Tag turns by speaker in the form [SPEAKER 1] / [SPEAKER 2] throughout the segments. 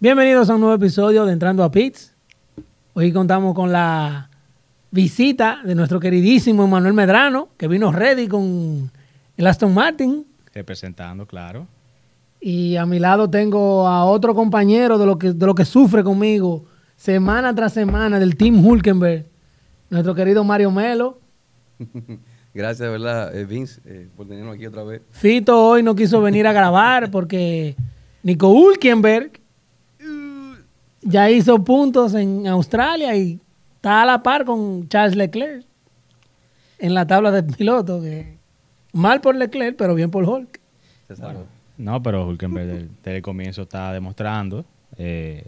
[SPEAKER 1] Bienvenidos a un nuevo episodio de Entrando a Pits. Hoy contamos con la visita de nuestro queridísimo Emanuel Medrano, que vino ready con el Aston Martin.
[SPEAKER 2] Representando, claro.
[SPEAKER 1] Y a mi lado tengo a otro compañero de lo que, de lo que sufre conmigo semana tras semana del Team Hulkenberg, nuestro querido Mario Melo.
[SPEAKER 3] Gracias, ¿verdad, eh, Vince, eh, por tenernos aquí otra vez?
[SPEAKER 1] Fito hoy no quiso venir a grabar porque Nico Hulkenberg uh, ya hizo puntos en Australia y está a la par con Charles Leclerc en la tabla de piloto. Que mal por Leclerc, pero bien por Hulk.
[SPEAKER 3] Se salvó.
[SPEAKER 2] No, pero Hulkenberg desde, desde el comienzo está demostrando eh,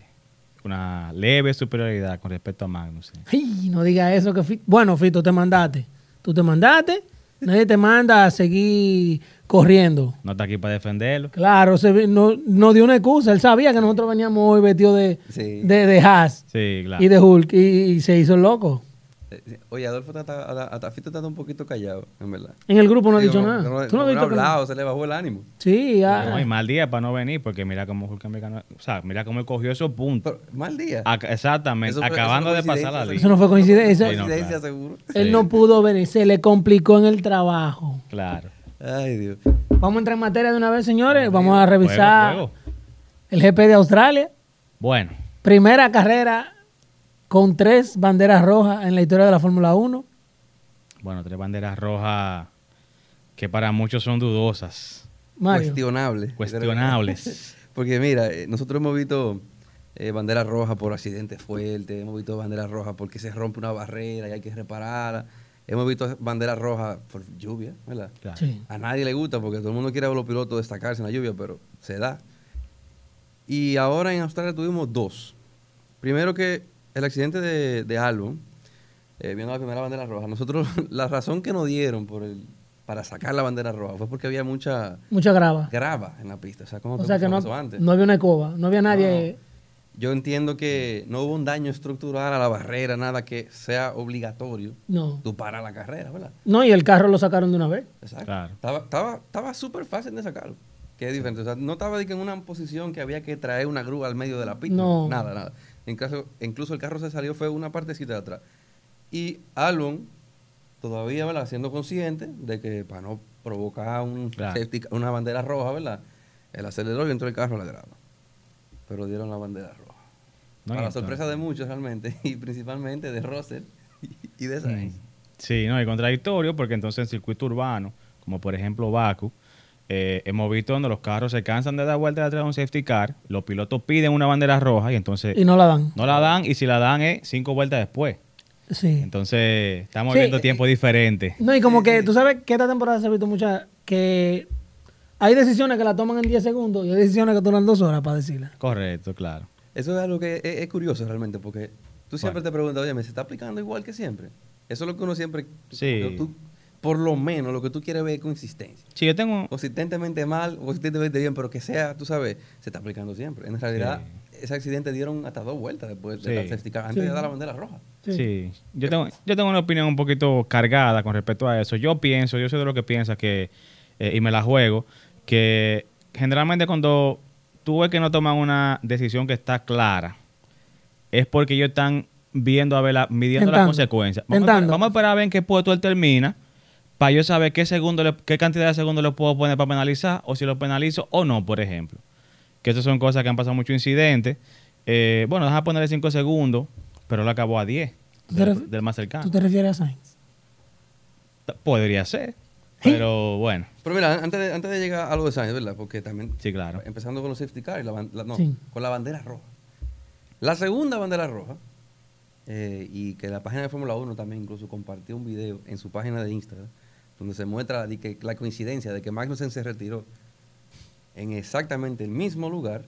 [SPEAKER 2] una leve superioridad con respecto a Magnussen.
[SPEAKER 1] Ay, no diga eso que Fi- bueno, Fito, te mandaste. Tú te mandaste, nadie te manda a seguir corriendo.
[SPEAKER 2] No está aquí para defenderlo.
[SPEAKER 1] Claro, se vi- no, no dio una excusa. Él sabía que nosotros veníamos hoy vestidos de,
[SPEAKER 3] Sí.
[SPEAKER 1] de, de Haas
[SPEAKER 2] Sí, claro.
[SPEAKER 1] y de Hulk y, y se hizo el loco.
[SPEAKER 3] Eh, sí. Oye, Adolfo está, está- hasta- hasta Fito está un poquito callado, en verdad.
[SPEAKER 1] En el grupo no ha dicho
[SPEAKER 3] Digo,
[SPEAKER 1] nada.
[SPEAKER 3] No,
[SPEAKER 1] ¿Tú no,
[SPEAKER 3] no
[SPEAKER 1] has
[SPEAKER 3] ha
[SPEAKER 1] visto que-
[SPEAKER 3] hablado, se le bajó el ánimo.
[SPEAKER 1] Sí, ya.
[SPEAKER 2] No, y mal día para no venir, porque mira cómo Hulkenberg ganó- O sea, mira cómo él cogió esos puntos.
[SPEAKER 3] Pero, mal día.
[SPEAKER 2] Ac- exactamente,
[SPEAKER 3] Eso fue-
[SPEAKER 2] acabando
[SPEAKER 3] eso fue
[SPEAKER 2] de pasar la
[SPEAKER 3] coincidencia,
[SPEAKER 1] Eso
[SPEAKER 2] liga.
[SPEAKER 1] no fue coincidencia.
[SPEAKER 2] Sí, no,
[SPEAKER 3] Coincidencia,
[SPEAKER 2] claro.
[SPEAKER 3] seguro.
[SPEAKER 1] Él no pudo venir, se le complicó en el trabajo.
[SPEAKER 2] Claro.
[SPEAKER 3] Ay, Dios.
[SPEAKER 1] Vamos a entrar en materia de una vez, señores. Vamos a revisar
[SPEAKER 2] Juego, juego.
[SPEAKER 1] el GP de Australia.
[SPEAKER 2] Bueno,
[SPEAKER 1] Primera carrera con tres banderas rojas en la historia de la Fórmula 1.
[SPEAKER 2] bueno, tres banderas rojas que para muchos son dudosas,
[SPEAKER 3] Pues,
[SPEAKER 1] Mario.
[SPEAKER 3] Cuestionable.
[SPEAKER 2] cuestionables.
[SPEAKER 3] Porque mira, eh, nosotros hemos visto eh, bandera roja por accidentes fuertes, hemos visto bandera roja porque se rompe una barrera y hay que repararla, hemos visto bandera roja por lluvia, ¿verdad?
[SPEAKER 2] Claro.
[SPEAKER 1] Sí.
[SPEAKER 3] A nadie le gusta porque todo el mundo quiere a los pilotos destacarse en la lluvia, pero se da. Y ahora en Australia tuvimos dos. Primero que el accidente de, de Albon, eh, viendo la primera bandera roja, nosotros la razón que nos dieron por el, para sacar la bandera roja fue porque había mucha
[SPEAKER 1] Mucha grava.
[SPEAKER 3] grava en la pista. O sea, como
[SPEAKER 1] O sea que no,
[SPEAKER 3] pasó antes.
[SPEAKER 1] no había una escoba, no había nadie.
[SPEAKER 3] Yo entiendo que no hubo un daño estructural a la barrera, nada que sea obligatorio.
[SPEAKER 1] No.
[SPEAKER 3] Tú paras la carrera, ¿verdad?
[SPEAKER 1] No, y el carro lo sacaron de una vez.
[SPEAKER 3] Exacto.
[SPEAKER 2] Claro.
[SPEAKER 3] Estaba, estaba, estaba súper fácil de sacarlo. Que es diferente. O sea, no estaba de que en una posición que había que traer una grúa al medio de la pista.
[SPEAKER 1] No.
[SPEAKER 3] Nada, nada. En caso, incluso el carro se salió, fue una partecita de atrás. Y Albon, todavía, ¿verdad? Siendo consciente de que para no provocar un
[SPEAKER 2] Claro.
[SPEAKER 3] safety ca- una bandera roja, ¿verdad? El acelerador y entró el carro a la grava. Pero dieron la bandera roja.
[SPEAKER 2] No,
[SPEAKER 3] para
[SPEAKER 2] y
[SPEAKER 3] la
[SPEAKER 2] entonces-
[SPEAKER 3] sorpresa de muchos realmente, y principalmente de Russell y de Sainz.
[SPEAKER 2] Sí, no, y contradictorio porque entonces en circuito urbano, como por ejemplo Baku, eh, hemos visto donde los carros se cansan de dar vueltas detrás de un safety car, los pilotos piden una bandera roja y entonces
[SPEAKER 1] Y no la dan.
[SPEAKER 2] no la dan y si la dan es cinco vueltas después.
[SPEAKER 1] Sí.
[SPEAKER 2] Entonces estamos
[SPEAKER 1] Sí,
[SPEAKER 2] viendo
[SPEAKER 1] eh,
[SPEAKER 2] tiempo diferente.
[SPEAKER 1] No, y como que tú sabes que esta temporada se ha visto mucha. que hay decisiones que la toman en 10 segundos y hay decisiones que duran dos horas para decirla.
[SPEAKER 2] Correcto, claro.
[SPEAKER 3] Eso es algo que es, es curioso realmente, porque tú siempre te preguntas, oye, ¿me se está aplicando igual que siempre? Eso es lo que uno siempre...
[SPEAKER 2] Sí.
[SPEAKER 3] lo que tú- por lo menos lo que tú quieres ver es consistencia.
[SPEAKER 2] Sí, yo tengo...
[SPEAKER 3] Consistentemente mal, consistentemente bien, pero que sea, tú sabes, se está aplicando siempre. En realidad, ese accidente dieron hasta dos vueltas después de
[SPEAKER 2] Sí.
[SPEAKER 3] la safety car, antes de dar la bandera roja.
[SPEAKER 1] Sí.
[SPEAKER 2] Sí. Yo, tengo, yo tengo una opinión un poquito cargada con respecto a eso. Yo pienso, yo soy de lo que piensa que, eh, y me la juego, que generalmente cuando tú ves que no toman una decisión que está clara, es porque ellos están viendo, a ver, la- midiendo las
[SPEAKER 1] Tentando.
[SPEAKER 2] consecuencias. Vamos, a
[SPEAKER 1] Tentando.
[SPEAKER 2] esperar- vamos a esperar a ver en qué puesto él termina para yo saber qué, segundo le- qué cantidad de segundos le puedo poner para penalizar o si lo penalizo o no, por ejemplo que esas son cosas que han pasado muchos incidentes. Eh, bueno, deja ponerle 5 segundos, pero lo acabó a 10
[SPEAKER 1] ¿Tú te
[SPEAKER 2] del,
[SPEAKER 1] ref-
[SPEAKER 2] del más
[SPEAKER 1] ¿Tú
[SPEAKER 2] cercano.
[SPEAKER 1] te ¿Eh? refieres a Sainz?
[SPEAKER 2] Podría ser, pero bueno,
[SPEAKER 3] Pero mira, antes de, antes de llegar a lo de Sainz, ¿verdad? Porque también,
[SPEAKER 2] sí, claro.
[SPEAKER 3] empezando con los safety car, y la, ban- la- no,
[SPEAKER 1] Sí.
[SPEAKER 3] con la bandera roja. La segunda bandera roja, eh, y que la página de Fórmula 1 también incluso compartió un video en su página de Instagram, donde se muestra de que la coincidencia de que Magnussen se retiró en exactamente el mismo lugar,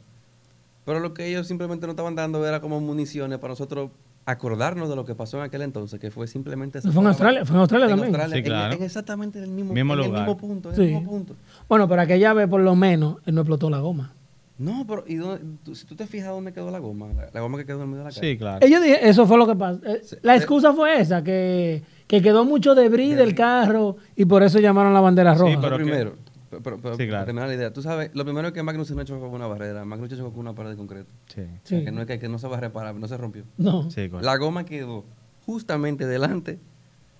[SPEAKER 3] pero lo que ellos simplemente no estaban dando era como municiones para nosotros acordarnos de lo que pasó en aquel entonces, que fue simplemente...
[SPEAKER 1] Fue en Australia, fue en Australia
[SPEAKER 3] En
[SPEAKER 1] también.
[SPEAKER 3] Australia,
[SPEAKER 2] Sí,
[SPEAKER 3] en-
[SPEAKER 2] claro.
[SPEAKER 3] en exactamente el mismo,
[SPEAKER 2] Mismo
[SPEAKER 3] en el
[SPEAKER 2] lugar.
[SPEAKER 3] mismo punto, en
[SPEAKER 1] Sí.
[SPEAKER 3] el mismo punto.
[SPEAKER 1] Bueno, pero aquella vez por lo menos él no explotó la goma.
[SPEAKER 3] No, pero ¿y dónde- tú- si tú te fijas dónde quedó la goma, la, la goma que quedó en el medio de la calle.
[SPEAKER 2] Sí, claro.
[SPEAKER 1] Ellos dije, eso fue lo que pasó. Eh,
[SPEAKER 3] Sí.
[SPEAKER 1] La excusa fue esa, que, que quedó mucho debris del carro y por eso llamaron la bandera roja.
[SPEAKER 2] pero-
[SPEAKER 3] Primero, pero- pero-
[SPEAKER 2] Sí, claro.
[SPEAKER 3] para terminar la idea, tú sabes, lo primero es que Magnussen no chocó con una barrera, Magnussen chocó con una pared de concreto.
[SPEAKER 2] Sí.
[SPEAKER 3] O sea,
[SPEAKER 1] Sí.
[SPEAKER 3] que no es que, que no se va a reparar, no se rompió.
[SPEAKER 1] No.
[SPEAKER 2] Sí, correcto.
[SPEAKER 3] La goma quedó justamente delante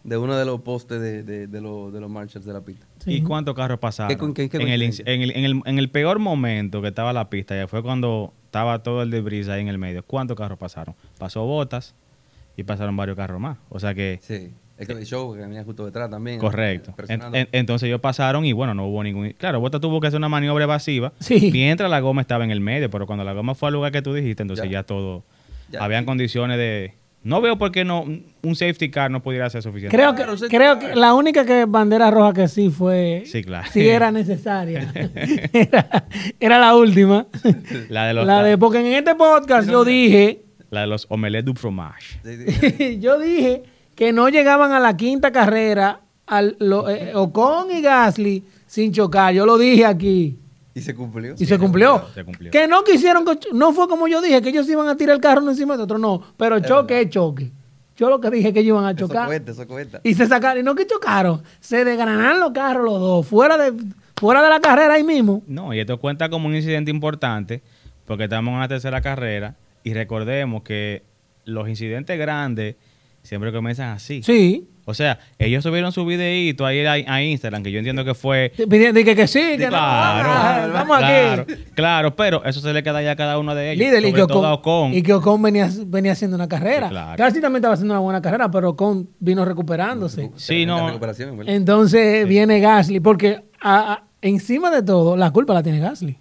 [SPEAKER 3] de uno de los postes de, de, de los- de los marshals de la pista.
[SPEAKER 1] Sí.
[SPEAKER 2] ¿Y cuántos carros pasaron?
[SPEAKER 3] ¿Qué con- qué- qué
[SPEAKER 2] en, el, inc-
[SPEAKER 3] coincidencia?
[SPEAKER 2] en, el, en, el, en el peor momento que estaba la pista, ya fue cuando estaba todo el debris ahí en el medio. ¿Cuántos carros pasaron? Pasó Botas y pasaron varios carros más. O sea que,
[SPEAKER 3] Sí. Es que el show que venía justo detrás también. Eh,
[SPEAKER 2] correcto. En-
[SPEAKER 3] presionando.
[SPEAKER 2] en- entonces ellos pasaron y bueno, no hubo ningún... Claro, Botas tuvo que hacer una maniobra evasiva
[SPEAKER 1] Sí.
[SPEAKER 2] mientras la goma estaba en el medio, pero cuando la goma fue al lugar que tú dijiste, entonces ya,
[SPEAKER 3] Ya.
[SPEAKER 2] todo...
[SPEAKER 3] Ya.
[SPEAKER 2] Habían condiciones de... No veo por qué no, un safety car no pudiera ser suficiente.
[SPEAKER 1] Creo que,
[SPEAKER 3] Claro, sí,
[SPEAKER 1] creo que
[SPEAKER 3] claro.
[SPEAKER 1] la única que bandera roja que sí fue.
[SPEAKER 2] Sí, claro.
[SPEAKER 1] Sí era necesaria. era, era la última.
[SPEAKER 2] La de los,
[SPEAKER 1] la
[SPEAKER 2] la,
[SPEAKER 1] de, porque en este podcast yo dije,
[SPEAKER 2] de los omelette du fromage.
[SPEAKER 3] Sí, sí.
[SPEAKER 1] yo dije que no llegaban a la quinta carrera al, lo- eh, Ocon y Gasly sin chocar. Yo lo dije aquí.
[SPEAKER 3] Y se cumplió.
[SPEAKER 1] Y se cumplió.
[SPEAKER 2] cumplió, se cumplió.
[SPEAKER 1] Que no quisieron, que cho- no fue como yo dije, que ellos iban a tirar el carro uno encima de otro, no. Pero choque es choque. Yo lo que dije es que ellos iban a
[SPEAKER 3] Eso
[SPEAKER 1] chocar.
[SPEAKER 3] cuenta, eso cuenta.
[SPEAKER 1] Y se sacaron, y no que chocaron, se desgranaron los carros los dos, fuera de, fuera de la carrera ahí mismo.
[SPEAKER 2] No, y esto cuenta como un incidente importante porque estamos en la tercera carrera y recordemos que los incidentes grandes siempre comienzan así.
[SPEAKER 1] Sí.
[SPEAKER 2] O sea, ellos subieron su videíto ahí a, a Instagram, que yo entiendo que fue...
[SPEAKER 1] Dije que, que sí, que no.
[SPEAKER 2] Claro,
[SPEAKER 1] Ah, estamos
[SPEAKER 2] claro,
[SPEAKER 1] aquí.
[SPEAKER 2] claro, pero eso se le queda ya a cada uno de ellos.
[SPEAKER 1] Líder, y
[SPEAKER 2] sobre
[SPEAKER 1] que
[SPEAKER 2] todo a
[SPEAKER 1] Ocon,
[SPEAKER 2] Ocon.
[SPEAKER 1] y que Ocon venía, venía haciendo una carrera.
[SPEAKER 2] Sí, claro.
[SPEAKER 1] Casi también estaba haciendo una buena carrera, pero Ocon vino recuperándose.
[SPEAKER 2] Sí,
[SPEAKER 3] Tremenda
[SPEAKER 2] no.
[SPEAKER 3] recuperación, ¿verdad?
[SPEAKER 1] Entonces viene Gasly, porque a- a- encima de todo, la culpa la tiene Gasly.
[SPEAKER 2] Yo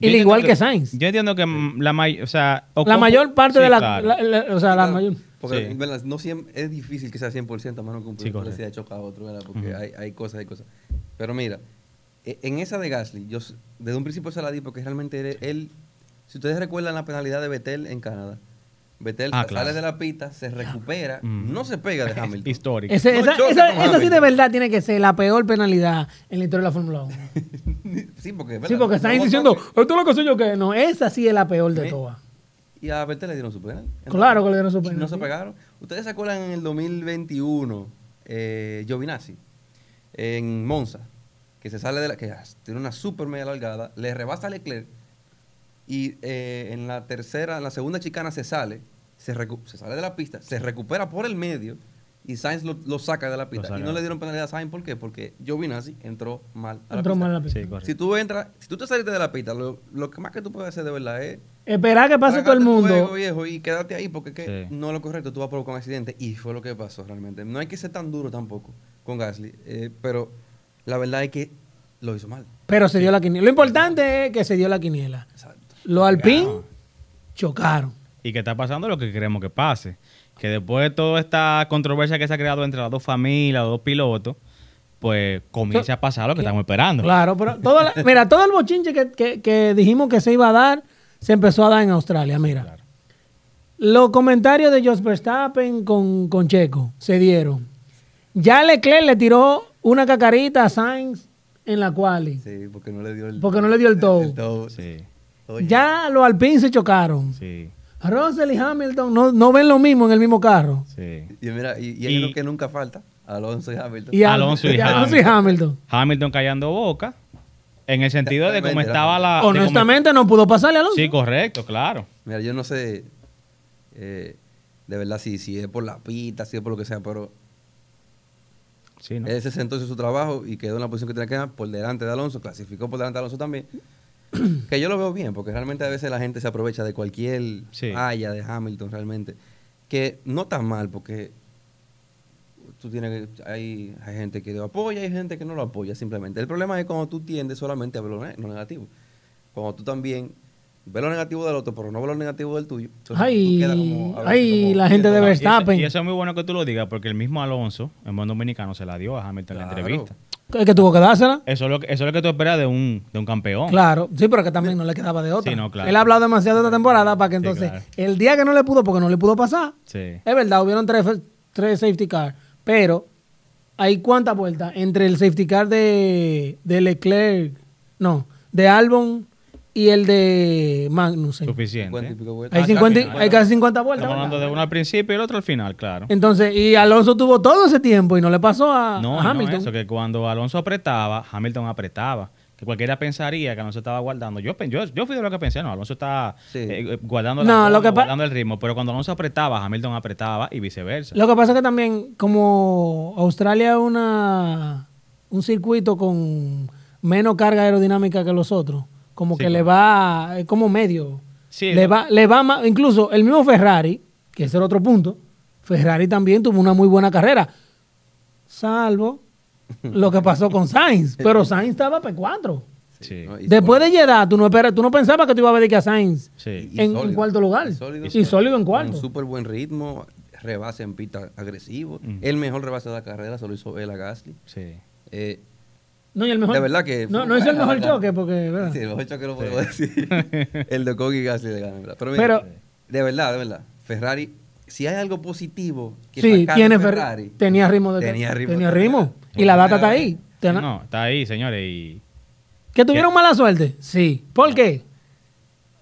[SPEAKER 1] Y
[SPEAKER 2] entiendo
[SPEAKER 1] igual que Sainz.
[SPEAKER 2] Yo entiendo que mm, la, may- o sea,
[SPEAKER 1] la
[SPEAKER 2] Ocon-
[SPEAKER 1] mayor parte
[SPEAKER 2] Sí,
[SPEAKER 1] de la,
[SPEAKER 2] claro.
[SPEAKER 1] la- la- O sea, la
[SPEAKER 3] Claro,
[SPEAKER 1] mayor.
[SPEAKER 3] Porque
[SPEAKER 2] Sí.
[SPEAKER 3] ¿verdad? no siem- es difícil que sea 100% a mano
[SPEAKER 2] Sí,
[SPEAKER 3] cumplida. Sí,
[SPEAKER 2] correcto.
[SPEAKER 3] de choca a otro, ¿verdad? Porque hay, hay cosas, hay cosas. Pero mira, e- en esa de Gasly, yo s- desde un principio se la di porque realmente era él. Si ustedes recuerdan la penalidad de Betel en Canadá, Betel
[SPEAKER 2] Ah,
[SPEAKER 3] sale
[SPEAKER 2] claro.
[SPEAKER 3] de la pita, se recupera,
[SPEAKER 2] Mm.
[SPEAKER 3] no se pega de Hamilton.
[SPEAKER 2] Histórico.
[SPEAKER 1] Ese-
[SPEAKER 3] No
[SPEAKER 1] esa,
[SPEAKER 3] choca
[SPEAKER 1] esa-
[SPEAKER 3] con
[SPEAKER 1] esa sí
[SPEAKER 3] Hamilton.
[SPEAKER 1] de verdad tiene que ser la peor penalidad en la historia de la Fórmula 1.
[SPEAKER 3] sí, porque,
[SPEAKER 1] Sí,
[SPEAKER 3] ¿verdad?
[SPEAKER 1] porque están
[SPEAKER 3] No votó,
[SPEAKER 1] diciendo, esto es lo que soy yo que no. Esa sí es la peor de
[SPEAKER 3] Sí.
[SPEAKER 1] todas.
[SPEAKER 3] Y a Betel le dieron su penal.
[SPEAKER 1] Claro que le dieron su
[SPEAKER 3] Y
[SPEAKER 1] penal,
[SPEAKER 3] no se
[SPEAKER 1] sí.
[SPEAKER 3] pegaron. ¿Ustedes se acuerdan en el 2021, eh, Giovinazzi, en Monza, que se sale de la. que tiene una super media largada, le rebasa a Leclerc y eh, en la tercera, en la segunda chicana se sale, se, recu- se sale de la pista, se recupera por el medio y Sainz lo, lo saca de la pista.
[SPEAKER 2] saca.
[SPEAKER 3] Y no le dieron penalidad a Sainz, ¿por qué? Porque Giovinazzi entró mal a la
[SPEAKER 1] Entró
[SPEAKER 3] pista.
[SPEAKER 1] mal la pista.
[SPEAKER 2] Sí, correcto.
[SPEAKER 3] Si tú entras, si tú te saliste de la pista, lo, lo que más que tú puedes hacer de verdad es
[SPEAKER 1] Esperar que pase todo el
[SPEAKER 3] Trágate tu
[SPEAKER 1] mundo.
[SPEAKER 3] ego, viejo, y quédate ahí porque es que
[SPEAKER 2] Sí.
[SPEAKER 3] no es lo correcto. Tú vas a provocar un accidente. Y fue lo que pasó realmente. No hay que ser tan duro tampoco con Gasly. eh, pero la verdad es que lo hizo mal.
[SPEAKER 1] Pero se dio la quiniela. Lo importante es que se dio la quiniela.
[SPEAKER 3] Exacto.
[SPEAKER 1] Los Alpín chocaron.
[SPEAKER 2] y que está pasando lo que queremos que pase. Que después de toda esta controversia que se ha creado entre las dos familias, los dos pilotos, pues comience a pasar lo que estamos esperando.
[SPEAKER 1] Claro, pero todo la- mira, todo el bochinche que, que- que dijimos que se iba a dar, se empezó a dar en Australia. Mira, los comentarios de Jos Verstappen con, con Checo se dieron. Ya Leclerc le tiró una cacarita a Sainz en la cual.
[SPEAKER 3] Sí, porque no le dio el.
[SPEAKER 1] Porque no le dio el toe.
[SPEAKER 3] toe.
[SPEAKER 2] Sí,
[SPEAKER 3] Oye,
[SPEAKER 1] Ya los Alpín se chocaron.
[SPEAKER 2] sí,
[SPEAKER 1] Russell y Hamilton no, no ven lo mismo en el mismo carro.
[SPEAKER 2] sí.
[SPEAKER 3] Y mira, y, y
[SPEAKER 2] Y-
[SPEAKER 3] hay lo que nunca falta: Alonso y Hamilton.
[SPEAKER 1] Y a-
[SPEAKER 2] Alonso y
[SPEAKER 1] Alonso y Hamilton.
[SPEAKER 2] Hamilton callando boca, en el sentido de cómo
[SPEAKER 3] Exactamente,
[SPEAKER 2] estaba la... de cómo-
[SPEAKER 1] Honestamente, no pudo pasarle a Alonso.
[SPEAKER 2] Ah, Sí, correcto, claro.
[SPEAKER 3] Mira, yo no sé. eh, de verdad, si, si es por la pista, si es por lo que sea, pero
[SPEAKER 2] Sí, ¿no?
[SPEAKER 3] Él se sentó hizo su trabajo y quedó en la posición que tenía que quedar por delante de Alonso, clasificó por delante de Alonso también. que yo lo veo bien, porque realmente a veces la gente se aprovecha de cualquier
[SPEAKER 2] Sí.
[SPEAKER 3] haya de Hamilton realmente. Que no está mal, porque tú tienes que, hay, hay gente que lo apoya y hay gente que no lo apoya simplemente. El problema es cuando tú tiendes solamente a ver lo, ne- lo negativo. Cuando tú también ves lo negativo del otro, pero no ves lo negativo del tuyo. entonces
[SPEAKER 1] Ay,
[SPEAKER 3] tú quedas como- a veces
[SPEAKER 1] ay,
[SPEAKER 3] como
[SPEAKER 1] la gente de
[SPEAKER 3] viendo-
[SPEAKER 2] Y
[SPEAKER 1] ver-
[SPEAKER 2] eso-
[SPEAKER 1] Verstappen.
[SPEAKER 2] Y eso, es muy bueno que tú lo digas, porque el mismo Alonso, en buen dominicano, se la dio a Hamilton en la
[SPEAKER 3] Claro.
[SPEAKER 2] entrevista.
[SPEAKER 1] Es que tuvo que dársela.
[SPEAKER 2] Eso es lo que, eso es lo que tú esperas de un, de un campeón.
[SPEAKER 1] Claro, sí, pero que también no le quedaba de otra.
[SPEAKER 2] Sí, no, claro.
[SPEAKER 1] Él ha hablado demasiado esta temporada para que entonces
[SPEAKER 2] claro.
[SPEAKER 1] el día que no le pudo, porque no le pudo pasar,
[SPEAKER 2] Sí.
[SPEAKER 1] es verdad, hubieron tres, tres safety cars, pero hay cuántas vueltas entre el safety car de, de Leclerc, no, de Albon y el de Magnussen.
[SPEAKER 2] Suficiente.
[SPEAKER 3] 50 y pico vueltas.
[SPEAKER 1] Hay,
[SPEAKER 3] Ah,
[SPEAKER 1] 50
[SPEAKER 3] casi,
[SPEAKER 1] hay
[SPEAKER 3] bueno.
[SPEAKER 1] casi 50 vueltas.
[SPEAKER 2] Estamos hablando
[SPEAKER 1] ¿verdad?
[SPEAKER 2] de uno al principio y el otro al final, claro.
[SPEAKER 1] Entonces, y Alonso tuvo todo ese tiempo y no le pasó a, Ah,
[SPEAKER 2] No,
[SPEAKER 1] a
[SPEAKER 2] y no
[SPEAKER 1] Hamilton.
[SPEAKER 2] eso, que cuando Alonso apretaba, Hamilton apretaba. Que cualquiera pensaría que Alonso estaba guardando. Yo, pe- yo, yo fui de lo que pensé, no, Alonso está
[SPEAKER 3] Sí.
[SPEAKER 2] eh, eh, guardando, la
[SPEAKER 1] No,
[SPEAKER 2] bola,
[SPEAKER 1] lo que pa-
[SPEAKER 2] guardando el ritmo. Pero cuando Alonso apretaba, Hamilton apretaba y viceversa.
[SPEAKER 1] Lo que pasa es que también, como Australia es una, un circuito con menos carga aerodinámica que los otros, como
[SPEAKER 2] Sí,
[SPEAKER 1] que le
[SPEAKER 2] correcto.
[SPEAKER 1] va, es como medio.
[SPEAKER 2] Sí,
[SPEAKER 1] le,
[SPEAKER 2] lo-
[SPEAKER 1] va, le va más, incluso el mismo Ferrari, que ese era otro punto, Ferrari también tuvo una muy buena carrera, salvo lo que pasó con Sainz, pero Sainz estaba P4.
[SPEAKER 2] Sí.
[SPEAKER 3] ¿no? Y
[SPEAKER 1] Después
[SPEAKER 3] sólido.
[SPEAKER 1] de Jeddah, tú no, esperas- tú no pensabas que tú ibas a ver que a Sainz
[SPEAKER 2] Sí.
[SPEAKER 3] Y- y
[SPEAKER 1] en, en
[SPEAKER 3] sólido.
[SPEAKER 1] cuarto lugar.
[SPEAKER 3] Y
[SPEAKER 1] Y
[SPEAKER 3] sólido.
[SPEAKER 1] sólido, en cuarto.
[SPEAKER 3] Un súper buen ritmo, rebase en pista agresivo. El mejor rebase de la carrera se lo hizo él a Gasly.
[SPEAKER 2] Sí.
[SPEAKER 3] Eh,
[SPEAKER 1] No, y el mejor.
[SPEAKER 3] De verdad que-
[SPEAKER 1] No, no es el
[SPEAKER 3] bueno,
[SPEAKER 1] mejor
[SPEAKER 3] la-
[SPEAKER 1] choque, porque. ¿verdad?
[SPEAKER 3] sí, los ocho que no puedo decir. el de Kogi y Gasly le ganan, ¿verdad? Pero, mira,
[SPEAKER 1] Pero-
[SPEAKER 3] de verdad, de verdad. Ferrari, si hay algo positivo que
[SPEAKER 1] Sí,
[SPEAKER 3] sacar de
[SPEAKER 1] tiene Fer-
[SPEAKER 3] Ferrari.
[SPEAKER 1] Tenía ritmo de
[SPEAKER 3] Tenía ritmo.
[SPEAKER 1] tenía ritmo. Y la data está ahí. Ten-
[SPEAKER 2] No, está ahí, señores. Y
[SPEAKER 1] ¿Que tuvieron mala suerte? Sí. ¿Por qué?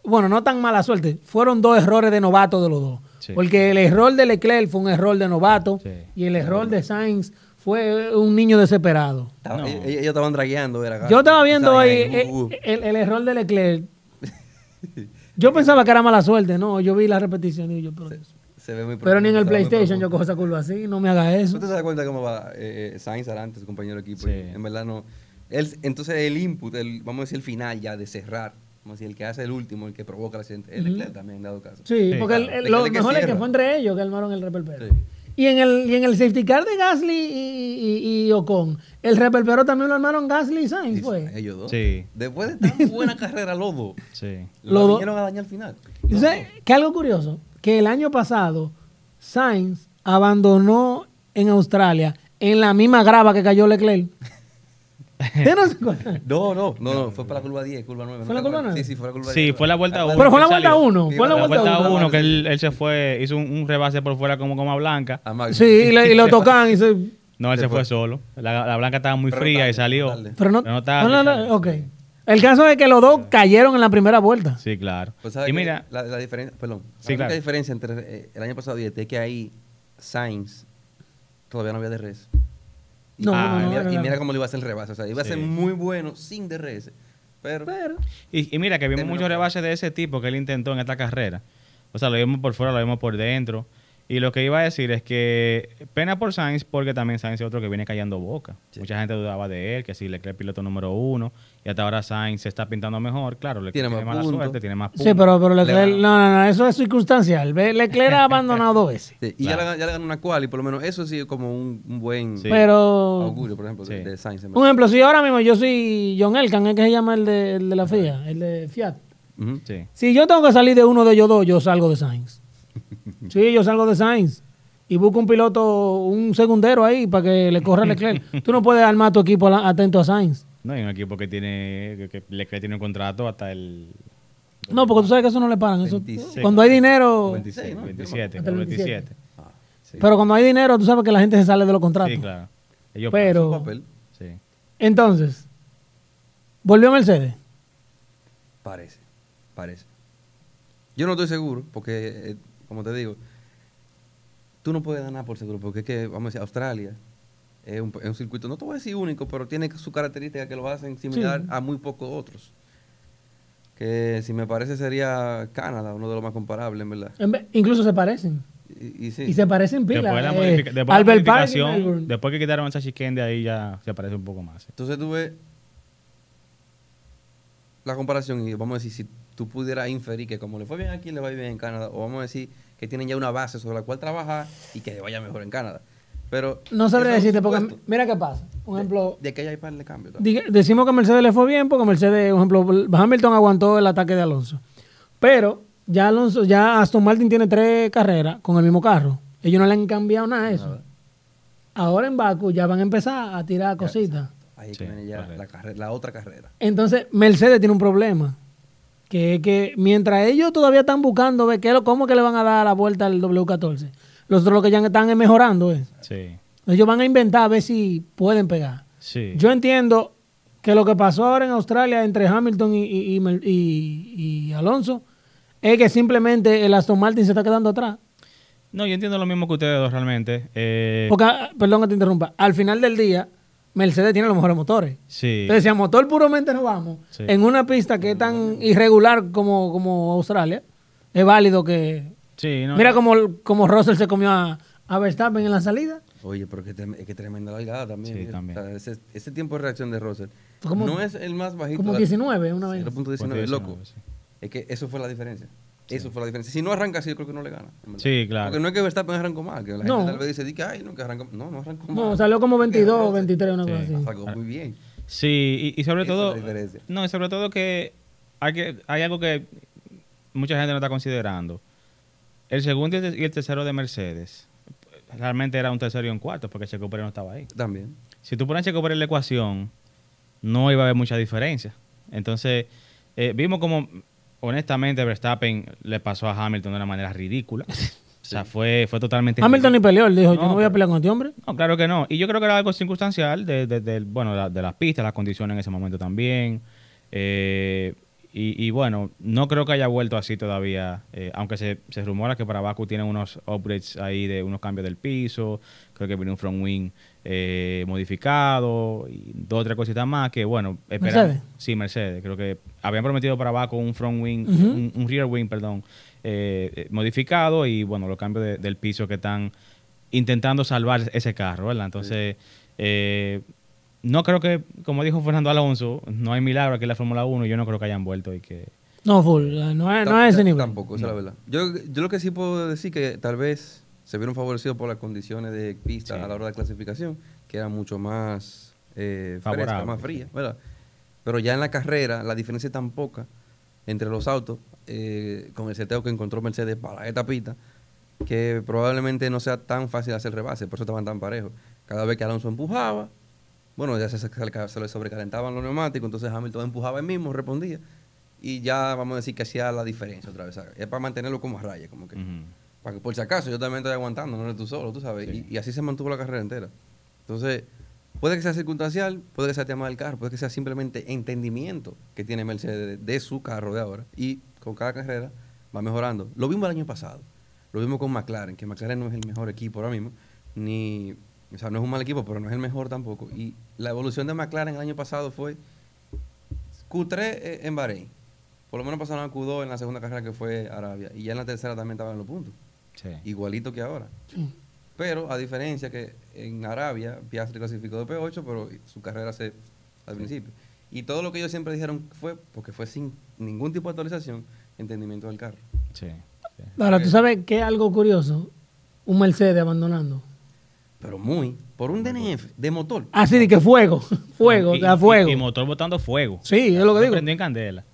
[SPEAKER 1] Bueno, no tan mala suerte. Fueron dos errores de novato de los dos.
[SPEAKER 2] Sí.
[SPEAKER 1] Porque el error de Leclerc fue un error de novato
[SPEAKER 2] Sí.
[SPEAKER 1] y el error de Sainz fue un niño desesperado.
[SPEAKER 3] Estaba- e-
[SPEAKER 2] No.
[SPEAKER 3] ellos, ellos estaban dragueando. Era Gasly.
[SPEAKER 1] Yo estaba viendo
[SPEAKER 3] Estaban
[SPEAKER 1] ahí eh,
[SPEAKER 3] uh, uh.
[SPEAKER 1] el, el error de Leclerc. Yo pensaba que era mala suerte, no. Yo vi la repetición y yo, pero,
[SPEAKER 3] Se ve muy
[SPEAKER 1] pero ni en el
[SPEAKER 3] profundo, se ve muy
[SPEAKER 1] PlayStation yo
[SPEAKER 3] profundo.
[SPEAKER 1] cojo esa curva así, no me haga eso.
[SPEAKER 3] ¿Tú te das cuenta cómo va eh, eh, Sainz adelante, su compañero de equipo?
[SPEAKER 2] Sí.
[SPEAKER 3] En verdad no. Él, entonces el input, el, vamos a decir el final ya de cerrar, vamos a decir el que hace el último, el que provoca el accidente, el Leclerc también en dado caso.
[SPEAKER 1] Sí,
[SPEAKER 2] Sí,
[SPEAKER 1] porque el-
[SPEAKER 3] claro.
[SPEAKER 1] el-
[SPEAKER 3] Le-
[SPEAKER 1] lo
[SPEAKER 3] le que
[SPEAKER 1] mejor es que
[SPEAKER 3] cierra.
[SPEAKER 1] fue entre ellos que armaron el reperpero.
[SPEAKER 3] Sí.
[SPEAKER 1] Y en el y en el safety car de Gasly y, y- y Ocon, el reperpero también lo armaron Gasly y Sainz, pues.
[SPEAKER 3] Y
[SPEAKER 1] fue.
[SPEAKER 3] Ellos dos.
[SPEAKER 2] Sí.
[SPEAKER 3] Después de tan buena carrera, Lodo,
[SPEAKER 2] sí.
[SPEAKER 1] Los
[SPEAKER 3] lo
[SPEAKER 1] dos.
[SPEAKER 3] vinieron a dañar al final.
[SPEAKER 1] Y usted, que algo curioso, que el año pasado Sainz abandonó en Australia en la misma grava que cayó Leclerc. ¿Usted no se acuerda?
[SPEAKER 3] No, no, no, no, fue para la curva 10, curva 9.
[SPEAKER 1] ¿Fue la curva nueve?
[SPEAKER 3] Sí, sí, fue la curva 10.
[SPEAKER 2] Sí, fue la vuelta 1.
[SPEAKER 1] Pero fue la vuelta uno,
[SPEAKER 3] fue la
[SPEAKER 2] la
[SPEAKER 1] vuelta
[SPEAKER 2] vuelta
[SPEAKER 1] uno.
[SPEAKER 2] 1 que él, él se fue, hizo un, un rebase por fuera como goma blanca.
[SPEAKER 3] A Max.
[SPEAKER 1] Sí, y, le- y lo tocan y se...
[SPEAKER 2] No, él se
[SPEAKER 3] Ah, Se
[SPEAKER 2] fue
[SPEAKER 3] fue.
[SPEAKER 2] solo. La, la blanca estaba muy
[SPEAKER 3] Pero
[SPEAKER 2] fría
[SPEAKER 3] tarde,
[SPEAKER 2] y salió.
[SPEAKER 3] tarde.
[SPEAKER 1] Pero no...
[SPEAKER 2] Pero no estaba-
[SPEAKER 1] no, no, no, ok. El caso es que los dos cayeron en la primera vuelta.
[SPEAKER 2] Sí, claro.
[SPEAKER 3] Pues, ¿sabe
[SPEAKER 2] y
[SPEAKER 3] qué?
[SPEAKER 2] mira,
[SPEAKER 3] la, la diferencia, perdón,
[SPEAKER 2] Sí,
[SPEAKER 3] la única
[SPEAKER 2] claro.
[SPEAKER 3] diferencia entre eh, el año pasado y este es que ahí Sainz todavía no había DRS.
[SPEAKER 1] No, no,
[SPEAKER 2] Ah,
[SPEAKER 1] no,
[SPEAKER 3] y, mira,
[SPEAKER 1] no,
[SPEAKER 3] y
[SPEAKER 1] no.
[SPEAKER 3] mira cómo le iba a hacer el rebase. O sea, iba
[SPEAKER 2] Sí.
[SPEAKER 3] a ser muy bueno sin DRS. Pero,
[SPEAKER 1] Pero-
[SPEAKER 2] Y, y mira que vimos
[SPEAKER 3] Terminó
[SPEAKER 2] muchos
[SPEAKER 3] claro.
[SPEAKER 2] rebases de ese tipo que él intentó en esta carrera. O sea, lo vimos por fuera, lo vimos por dentro. Y lo que iba a decir es que pena por Sainz porque también Sainz es otro que viene callando boca.
[SPEAKER 3] Sí.
[SPEAKER 2] Mucha gente dudaba de él, que si Leclerc es piloto número uno y hasta ahora Sainz se está pintando mejor. Claro, Leclerc tiene,
[SPEAKER 3] Tiene más
[SPEAKER 2] mala
[SPEAKER 3] puntos.
[SPEAKER 2] suerte, tiene más puntos.
[SPEAKER 1] Sí, pero, pero Leclerc,
[SPEAKER 3] Le
[SPEAKER 1] no,
[SPEAKER 3] ganó.
[SPEAKER 1] no, no, eso es circunstancial. Ve, Leclerc ha abandonado dos veces.
[SPEAKER 3] sí, y ya, le, ya le ganó una cual y por lo menos eso sí es como un, un buen
[SPEAKER 2] Sí.
[SPEAKER 1] Pero,
[SPEAKER 3] augurio, por ejemplo,
[SPEAKER 2] Sí.
[SPEAKER 3] de, de Sainz. en
[SPEAKER 1] un
[SPEAKER 3] verdad.
[SPEAKER 1] ejemplo, si ahora mismo yo soy John Elkan, es que se llama el de, el de la FIA, el de Fiat.
[SPEAKER 3] Ujú.
[SPEAKER 2] Sí.
[SPEAKER 1] Si yo tengo que salir de uno de ellos dos, yo salgo de Sainz. Sí, yo salgo de Sainz. Y busco un piloto, un segundero ahí para que le corra a Leclerc. Tú no puedes armar tu equipo la- atento a Sainz.
[SPEAKER 2] No, hay un equipo que tiene, que- que Leclerc tiene un contrato hasta el
[SPEAKER 1] No, porque tú sabes que eso no le pagan. Eso,
[SPEAKER 3] 26.
[SPEAKER 1] cuando hay dinero,
[SPEAKER 2] 26,
[SPEAKER 3] Sí, ¿no?
[SPEAKER 2] 27,
[SPEAKER 1] Oh, Hasta el
[SPEAKER 2] 27.
[SPEAKER 3] Ah, sí.
[SPEAKER 1] pero cuando hay dinero, tú sabes que la gente se sale de los contratos.
[SPEAKER 2] Sí, claro. Ellos
[SPEAKER 1] Pero-
[SPEAKER 3] Su papel
[SPEAKER 2] pasan. Sí.
[SPEAKER 1] Entonces, volvió Mercedes.
[SPEAKER 3] parece, parece. Yo no estoy seguro porque, eh, como te digo, tú no puedes dar nada por seguro porque es que, vamos a decir, Australia es un, es un circuito, no te voy a decir único, pero tiene su característica que lo hacen similar
[SPEAKER 1] Sí.
[SPEAKER 3] a muy pocos otros. Que si me parece sería Canadá, uno de los más comparables, en verdad.
[SPEAKER 1] En vez- Incluso se parecen.
[SPEAKER 3] Y, y sí.
[SPEAKER 1] Y se parecen
[SPEAKER 2] Después,
[SPEAKER 1] pila.
[SPEAKER 2] de la
[SPEAKER 1] Eh,
[SPEAKER 2] modifica- después de la
[SPEAKER 1] Albert Park y
[SPEAKER 2] modificación,
[SPEAKER 1] Melbourne.
[SPEAKER 2] después que quitaron esa chiquen de ahí ya se aparece un poco más. sí.
[SPEAKER 3] Entonces tú ves la comparación y vamos a decir, si tú pudieras inferir que como le fue bien aquí, le va a ir bien en Canadá, o vamos a decir que tienen ya una base sobre la cual trabajar y que le vaya mejor en Canadá. Pero...
[SPEAKER 1] No sabría
[SPEAKER 3] eso es un
[SPEAKER 1] decirte, porque
[SPEAKER 3] supuesto
[SPEAKER 1] mira qué pasa. Un ejemplo,
[SPEAKER 3] De que ya hay par de cambios. también.
[SPEAKER 1] diga- decimos que Mercedes le fue bien porque Mercedes, un ejemplo, Hamilton aguantó el ataque de Alonso. Pero ya Alonso, ya Aston Martin tiene tres carreras con el mismo carro. Ellos no le han cambiado nada a eso.
[SPEAKER 3] Nada.
[SPEAKER 1] Ahora en Baku ya van a empezar a tirar cositas.
[SPEAKER 3] Ahí es
[SPEAKER 2] Sí,
[SPEAKER 3] que viene ya la,
[SPEAKER 2] correcto.
[SPEAKER 3] carre- la otra carrera.
[SPEAKER 1] Entonces, Mercedes tiene un problema. Que es que mientras ellos todavía están buscando ver qué, es lo- cómo que le van a dar la vuelta al W14, los otros lo que ya están es mejorando es.
[SPEAKER 2] Sí.
[SPEAKER 1] Ellos van a inventar a ver si pueden pegar.
[SPEAKER 2] Sí.
[SPEAKER 1] Yo entiendo que lo que pasó ahora en Australia entre Hamilton y, y- y Mel- y- y Alonso es que simplemente el Aston Martin se está quedando atrás.
[SPEAKER 2] No, yo entiendo lo mismo que ustedes dos realmente. Eh,
[SPEAKER 1] Porque, ah, perdón que te interrumpa, al final del día, Mercedes tiene los mejores motores.
[SPEAKER 2] sí.
[SPEAKER 1] Entonces, si a motor puramente nos vamos,
[SPEAKER 2] Sí.
[SPEAKER 1] en una pista que es tan irregular como, como Australia, es válido que...
[SPEAKER 2] sí, no,
[SPEAKER 1] Mira como, como Russell se comió a, a Verstappen en la salida.
[SPEAKER 3] Oye, pero que, tem- es que tremenda la hilada también.
[SPEAKER 2] Sí,
[SPEAKER 3] mira.
[SPEAKER 2] también.
[SPEAKER 3] O sea, ese, ese tiempo de reacción de Russell
[SPEAKER 1] Como-
[SPEAKER 3] no es el más bajito.
[SPEAKER 1] Como
[SPEAKER 3] de-
[SPEAKER 1] 19, una vez.
[SPEAKER 3] 0.19,
[SPEAKER 2] 0.19,
[SPEAKER 3] loco.
[SPEAKER 2] sí.
[SPEAKER 3] Es que eso fue la diferencia. Eso fue la diferencia. Si no arranca así, yo creo que no le gana. en verdad.
[SPEAKER 2] Sí, claro.
[SPEAKER 3] Porque no es que Verstappen arrancó mal. Que la
[SPEAKER 1] No.
[SPEAKER 3] gente tal vez dice, di que, ay, no, que arrancó No, no arrancó mal.
[SPEAKER 1] No, salió como 22, 23, una
[SPEAKER 2] Sí.
[SPEAKER 1] cosa
[SPEAKER 3] La
[SPEAKER 1] así.
[SPEAKER 3] sacó muy bien.
[SPEAKER 2] Sí, y, y sobre
[SPEAKER 3] Esa
[SPEAKER 2] todo.
[SPEAKER 3] es la diferencia.
[SPEAKER 2] No, y sobre todo que hay, que hay algo que mucha gente no está considerando. El segundo y el te- y el tercero de Mercedes realmente era un tercero y un cuarto porque Checo Pérez no estaba ahí.
[SPEAKER 3] También.
[SPEAKER 2] Si tú pones a Checo Pérez en la ecuación, no iba a haber mucha diferencia. Entonces, eh, vimos como, honestamente, Verstappen le pasó a Hamilton de una manera ridícula. O sea, fue, fue totalmente.
[SPEAKER 1] Hamilton ni peleó, él dijo, yo
[SPEAKER 2] No,
[SPEAKER 1] no voy a
[SPEAKER 2] pero-
[SPEAKER 1] pelear con este hombre.
[SPEAKER 2] No, claro que no. Y yo creo que era algo circunstancial de, de- del- bueno, la- de las pistas, las condiciones en ese momento también. Eh, y, y bueno, no creo que haya vuelto así todavía, eh, aunque se, se rumora que para Baku tienen unos upgrades ahí de unos cambios del piso, creo que viene un front wing eh, modificado y dos o tres cositas más que bueno, esperan-
[SPEAKER 1] Mercedes.
[SPEAKER 2] Sí, Mercedes, creo que habían prometido para Baku un front wing, un, un rear wing, perdón, eh, eh, modificado y bueno, los cambios de- del piso que están intentando salvar ese carro, ¿verdad? Entonces, eh, no creo que, como dijo Fernando Alonso, no hay milagro aquí en la Fórmula 1 y yo no creo que hayan vuelto y que...
[SPEAKER 1] No, full, eh, no es, no
[SPEAKER 3] Tam-
[SPEAKER 1] es ese nivel.
[SPEAKER 3] Tampoco, esa es la verdad. Yo, yo lo que sí puedo decir que tal vez se vieron favorecidos por las condiciones de pista
[SPEAKER 2] Sí.
[SPEAKER 3] a la hora de clasificación, que era mucho más eh, fresca,
[SPEAKER 2] Favorable,
[SPEAKER 3] más
[SPEAKER 2] sí.
[SPEAKER 3] fría, ¿verdad? Pero ya en la carrera la diferencia es tan poca entre los autos, eh, con el seteo que encontró Mercedes para esta pista, que probablemente no sea tan fácil hacer rebase, por eso estaban tan parejos. Cada vez que Alonso empujaba, bueno, ya se, se, se le sobrecalentaban los neumáticos, entonces Hamilton empujaba él mismo, respondía, y ya vamos a decir que hacía la diferencia otra vez. ¿sabes? Es para mantenerlo como a raya, como que,
[SPEAKER 2] Ujú.
[SPEAKER 3] para que por si acaso yo también estoy aguantando, no eres tú solo, tú sabes.
[SPEAKER 2] Sí.
[SPEAKER 3] Y, y así se mantuvo la carrera entera. Entonces, puede que sea circunstancial, puede que sea tema del carro, puede que sea simplemente entendimiento que tiene Mercedes de, de su carro de ahora. Y con cada carrera va mejorando. Lo vimos el año pasado. Lo vimos con McLaren, que McLaren no es el mejor equipo ahora mismo, ni, o sea, no es un mal equipo, pero no es el mejor tampoco. Y la evolución de McLaren el año pasado fue Q3 e- en Bahrein. Por lo menos pasaron a Q2 en la segunda carrera que fue Arabia. Y ya en la tercera también estaban en los puntos
[SPEAKER 2] Sí.
[SPEAKER 3] igualito que ahora. Pero a diferencia que en Arabia Piastri clasificó de P8, pero su carrera se al principio. Y todo lo que ellos siempre dijeron fue porque fue sin ningún tipo de actualización, entendimiento del carro.
[SPEAKER 2] Sí. sí.
[SPEAKER 1] Ahora, ¿tú sabes qué es algo curioso? Un Mercedes abandonando.
[SPEAKER 3] Pero muy, por un DNF de motor.
[SPEAKER 1] Así Ah, de que fuego, fuego,
[SPEAKER 2] Y-
[SPEAKER 1] o sea,
[SPEAKER 2] y-
[SPEAKER 1] fuego.
[SPEAKER 2] Y, motor botando fuego.
[SPEAKER 1] Sí, es lo que digo.
[SPEAKER 2] Prendió en candela.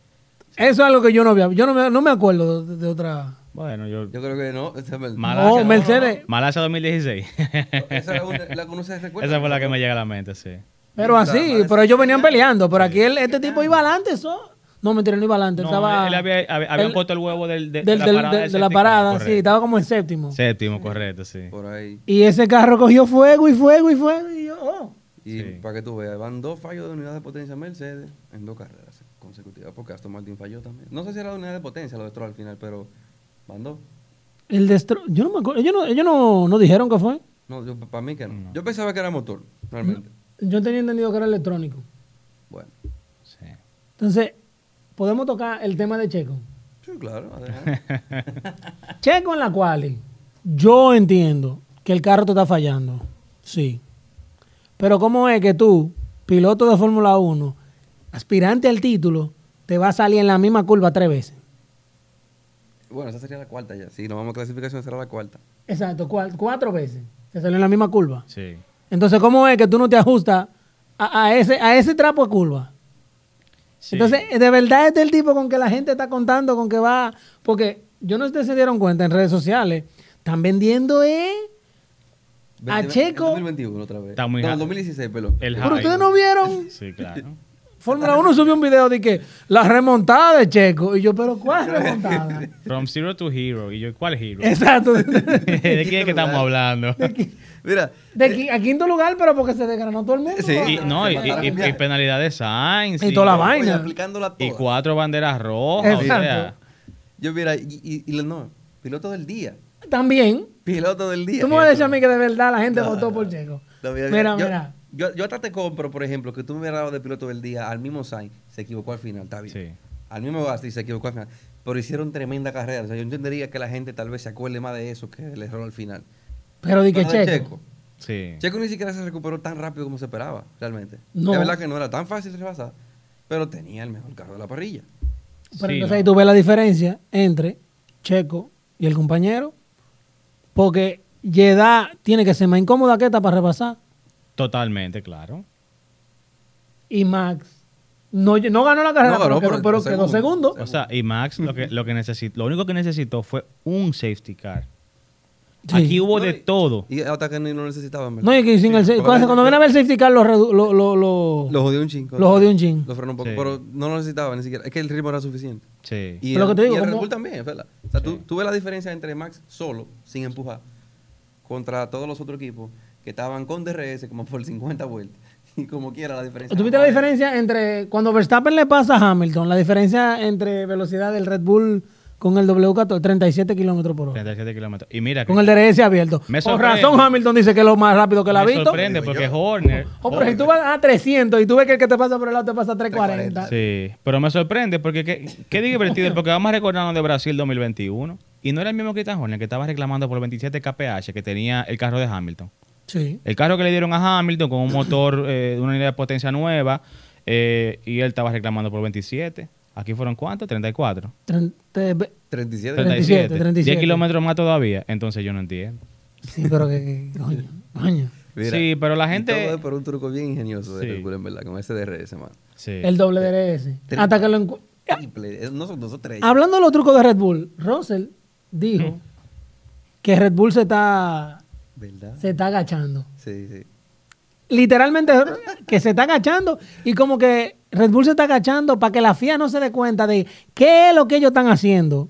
[SPEAKER 1] Eso es algo que yo no había, yo no me, no me acuerdo de, de otra.
[SPEAKER 2] Bueno, yo...
[SPEAKER 3] Yo creo que no. Esa, es verdad.
[SPEAKER 2] Malasia,
[SPEAKER 1] Oh, Mercedes.
[SPEAKER 2] Malasia 2016.
[SPEAKER 3] Esa es la, una- la que uno se recuerda.
[SPEAKER 2] Esa fue la que me llega a la mente, sí.
[SPEAKER 1] Pero
[SPEAKER 3] O sea,
[SPEAKER 1] así,
[SPEAKER 3] parece
[SPEAKER 1] pero ellos venían
[SPEAKER 3] que ya-
[SPEAKER 1] peleando. Pero aquí el- este tipo iba adelante, eso. No, mentira, no iba adelante.
[SPEAKER 2] No,
[SPEAKER 1] estaba
[SPEAKER 2] él había, había- habían
[SPEAKER 1] él-
[SPEAKER 2] puesto el huevo del, de,
[SPEAKER 1] del- del-
[SPEAKER 2] de
[SPEAKER 1] del-
[SPEAKER 2] la parada. del
[SPEAKER 1] de la
[SPEAKER 2] safety car,
[SPEAKER 1] parada, sí,
[SPEAKER 2] correcto.
[SPEAKER 1] estaba como en séptimo.
[SPEAKER 2] Séptimo, correcto, sí.
[SPEAKER 3] Por ahí.
[SPEAKER 1] Y ese carro cogió fuego y fuego y fuego. Y yo, oh.
[SPEAKER 3] Y
[SPEAKER 2] Sí.
[SPEAKER 3] para que tú veas, van dos fallos de unidad de potencia Mercedes en dos carreras consecutivas, porque Aston Martin falló también. No sé si era de unidad de potencia lo destrozó al final, pero van dos.
[SPEAKER 1] El destro. Yo no me acuerdo. Ellos no, ellos no, no dijeron que fue.
[SPEAKER 3] No, para mí que no. Yo pensaba que era motor, realmente.
[SPEAKER 1] Yo tenía entendido que era electrónico.
[SPEAKER 3] Bueno,
[SPEAKER 2] Sí.
[SPEAKER 1] Entonces, podemos tocar el tema de Checo.
[SPEAKER 3] sí, claro. adelante.
[SPEAKER 1] Checo en la cual yo entiendo que el carro te está fallando. Sí. Pero ¿cómo es que tú, piloto de Fórmula 1, aspirante al título, te va a salir en la misma curva tres veces?
[SPEAKER 3] bueno, esa sería la cuarta ya. Si nos vamos a clasificación, será la cuarta.
[SPEAKER 1] Exacto, cua- cuatro veces. Te salió en la misma curva.
[SPEAKER 2] Sí.
[SPEAKER 1] Entonces, ¿cómo es que tú no te ajustas a, a ese, a ese trapo de curva?
[SPEAKER 2] Sí.
[SPEAKER 1] Entonces, de verdad este es el tipo con que la gente está contando, con que va. Porque yo no sé si se dieron cuenta en redes sociales. Están vendiendo, ¿eh? A
[SPEAKER 3] Veinte-
[SPEAKER 1] Checo.
[SPEAKER 3] en 2021 otra vez.
[SPEAKER 2] Está muy
[SPEAKER 3] no,
[SPEAKER 2] hard.
[SPEAKER 3] 2016, pelo.
[SPEAKER 2] El
[SPEAKER 1] Pero
[SPEAKER 2] hype.
[SPEAKER 1] ustedes no vieron
[SPEAKER 2] Sí, claro.
[SPEAKER 1] Fórmula 1 subió un video de que la remontada de Checo. Y yo, pero ¿cuál remontada?
[SPEAKER 2] From Zero to Hero. Y yo, ¿cuál Hero?
[SPEAKER 1] Exacto.
[SPEAKER 2] ¿De quién es que estamos hablando?
[SPEAKER 3] Mira,
[SPEAKER 1] De qui- a quinto lugar, pero porque se desgranó todo el mundo.
[SPEAKER 3] Sí,
[SPEAKER 2] Y, no, y,
[SPEAKER 3] Para
[SPEAKER 2] y- y
[SPEAKER 3] cambiar.
[SPEAKER 2] penalidad de Sainz.
[SPEAKER 1] Y toda la
[SPEAKER 3] oye,
[SPEAKER 1] vaina.
[SPEAKER 3] aplicándola
[SPEAKER 2] y
[SPEAKER 3] toda.
[SPEAKER 2] cuatro banderas rojas. O
[SPEAKER 1] Exacto.
[SPEAKER 2] sea,
[SPEAKER 3] Yo, mira, y, y- y lo- no, piloto del día.
[SPEAKER 1] También.
[SPEAKER 3] Piloto del día.
[SPEAKER 1] Tú me vas a decir a mí que de verdad la gente votó por Checo.
[SPEAKER 3] No,
[SPEAKER 1] mira,
[SPEAKER 3] yo,
[SPEAKER 1] mira.
[SPEAKER 3] Yo, yo hasta te compro, por ejemplo, que tú me hubieras dado de piloto del día al mismo Sainz, se equivocó al final, está bien.
[SPEAKER 2] Sí.
[SPEAKER 3] Al mismo Gasly se equivocó al final. Pero hicieron tremenda carrera. O sea, yo entendería que la gente tal vez se acuerde más de eso que del error al final.
[SPEAKER 1] Pero di que
[SPEAKER 3] Pero de
[SPEAKER 1] Checo.
[SPEAKER 2] sí.
[SPEAKER 3] Checo ni siquiera se recuperó tan rápido como se esperaba, realmente.
[SPEAKER 1] No.
[SPEAKER 3] Es verdad que no era tan fácil rebasar, pero tenía el mejor carro de la parrilla.
[SPEAKER 1] Pero
[SPEAKER 2] Sí,
[SPEAKER 1] entonces
[SPEAKER 2] no.
[SPEAKER 1] ahí tú ves la diferencia entre Checo y el compañero. Porque Jeddah tiene que ser más incómoda que esta para repasar.
[SPEAKER 2] Totalmente, claro.
[SPEAKER 1] Y Max no, no ganó la carrera,
[SPEAKER 3] No ganó,
[SPEAKER 1] pero,
[SPEAKER 3] pero
[SPEAKER 1] quedó- pero
[SPEAKER 3] quedó
[SPEAKER 1] quedó
[SPEAKER 3] segundo.
[SPEAKER 1] segundo.
[SPEAKER 2] O sea, y Max lo que, lo que necesitó, lo único que necesitó fue un safety car.
[SPEAKER 1] Sí.
[SPEAKER 2] Aquí hubo de
[SPEAKER 3] No, y-
[SPEAKER 2] todo.
[SPEAKER 3] Y hasta que ni lo necesitaban. ¿verdad?
[SPEAKER 1] No, y que sin el sa-
[SPEAKER 3] porque
[SPEAKER 1] cuando,
[SPEAKER 3] la-
[SPEAKER 1] cuando viene a ver el safety car lo, redu- lo, lo, lo-
[SPEAKER 3] Lo jodió un chingo.
[SPEAKER 1] lo jodió un chin.
[SPEAKER 3] Lo frenó un poco,
[SPEAKER 2] Sí.
[SPEAKER 3] pero no lo necesitaba ni siquiera. Es que el ritmo era suficiente.
[SPEAKER 2] Sí.
[SPEAKER 3] Y
[SPEAKER 1] Pero lo
[SPEAKER 3] el,
[SPEAKER 1] que te digo,
[SPEAKER 3] y el Red
[SPEAKER 1] como-
[SPEAKER 3] Bull también, ¿verdad? O sea, tú, tú ves la diferencia entre Max solo, sin empujar, contra todos los otros equipos que estaban con DRS como por 50 vueltas. Y como quiera la diferencia.
[SPEAKER 1] ¿Tú viste la diferencia entre cuando Verstappen le pasa a Hamilton? La diferencia entre velocidad del Red Bull con el W14, 37 kilómetros por hora.
[SPEAKER 2] 37 kilómetros. Y mira,
[SPEAKER 1] Con el DRS abierto.
[SPEAKER 2] Me
[SPEAKER 1] Con
[SPEAKER 2] sorprende.
[SPEAKER 1] razón Hamilton dice que es lo más rápido que la ha
[SPEAKER 2] me
[SPEAKER 1] visto.
[SPEAKER 2] sorprende porque Horner.
[SPEAKER 1] Oh, pero si tú vas a 300 y tú ves que el que te pasa por el lado te pasa a 340.
[SPEAKER 2] Sí, pero me sorprende porque qué, qué divertido, porque vamos a recordarnos de Brasil 2021. Y no era el mismo Christian Horner que estaba reclamando por 27 kph que tenía el carro de Hamilton.
[SPEAKER 1] Sí.
[SPEAKER 2] El carro que le dieron a Hamilton con un motor eh, de una unidad de potencia nueva eh, y él estaba reclamando por 27. Aquí fueron cuántos? 34.
[SPEAKER 1] 30
[SPEAKER 3] 37.
[SPEAKER 2] 37.
[SPEAKER 1] 37.
[SPEAKER 2] 10 kilómetros más todavía. Entonces yo no entiendo.
[SPEAKER 1] Sí, pero que, que- coño, coño.
[SPEAKER 3] Mira,
[SPEAKER 2] sí, pero la
[SPEAKER 3] Y todo
[SPEAKER 2] gente...
[SPEAKER 3] es por un truco bien ingenioso de
[SPEAKER 2] Sí.
[SPEAKER 3] Red Bull, en verdad, con ese DRS, man.
[SPEAKER 2] Sí.
[SPEAKER 1] El doble DRS.
[SPEAKER 3] Treinta.
[SPEAKER 1] Hasta que lo encu-
[SPEAKER 3] Triple, es- no son dos o tres.
[SPEAKER 1] Hablando de los trucos de Red Bull, Russell dijo que Red Bull se está,
[SPEAKER 3] ¿Verdad?
[SPEAKER 1] se está agachando.
[SPEAKER 3] Sí, sí.
[SPEAKER 1] Literalmente que se está agachando y como que Red Bull se está agachando para que la FIA no se dé cuenta de qué es lo que ellos están haciendo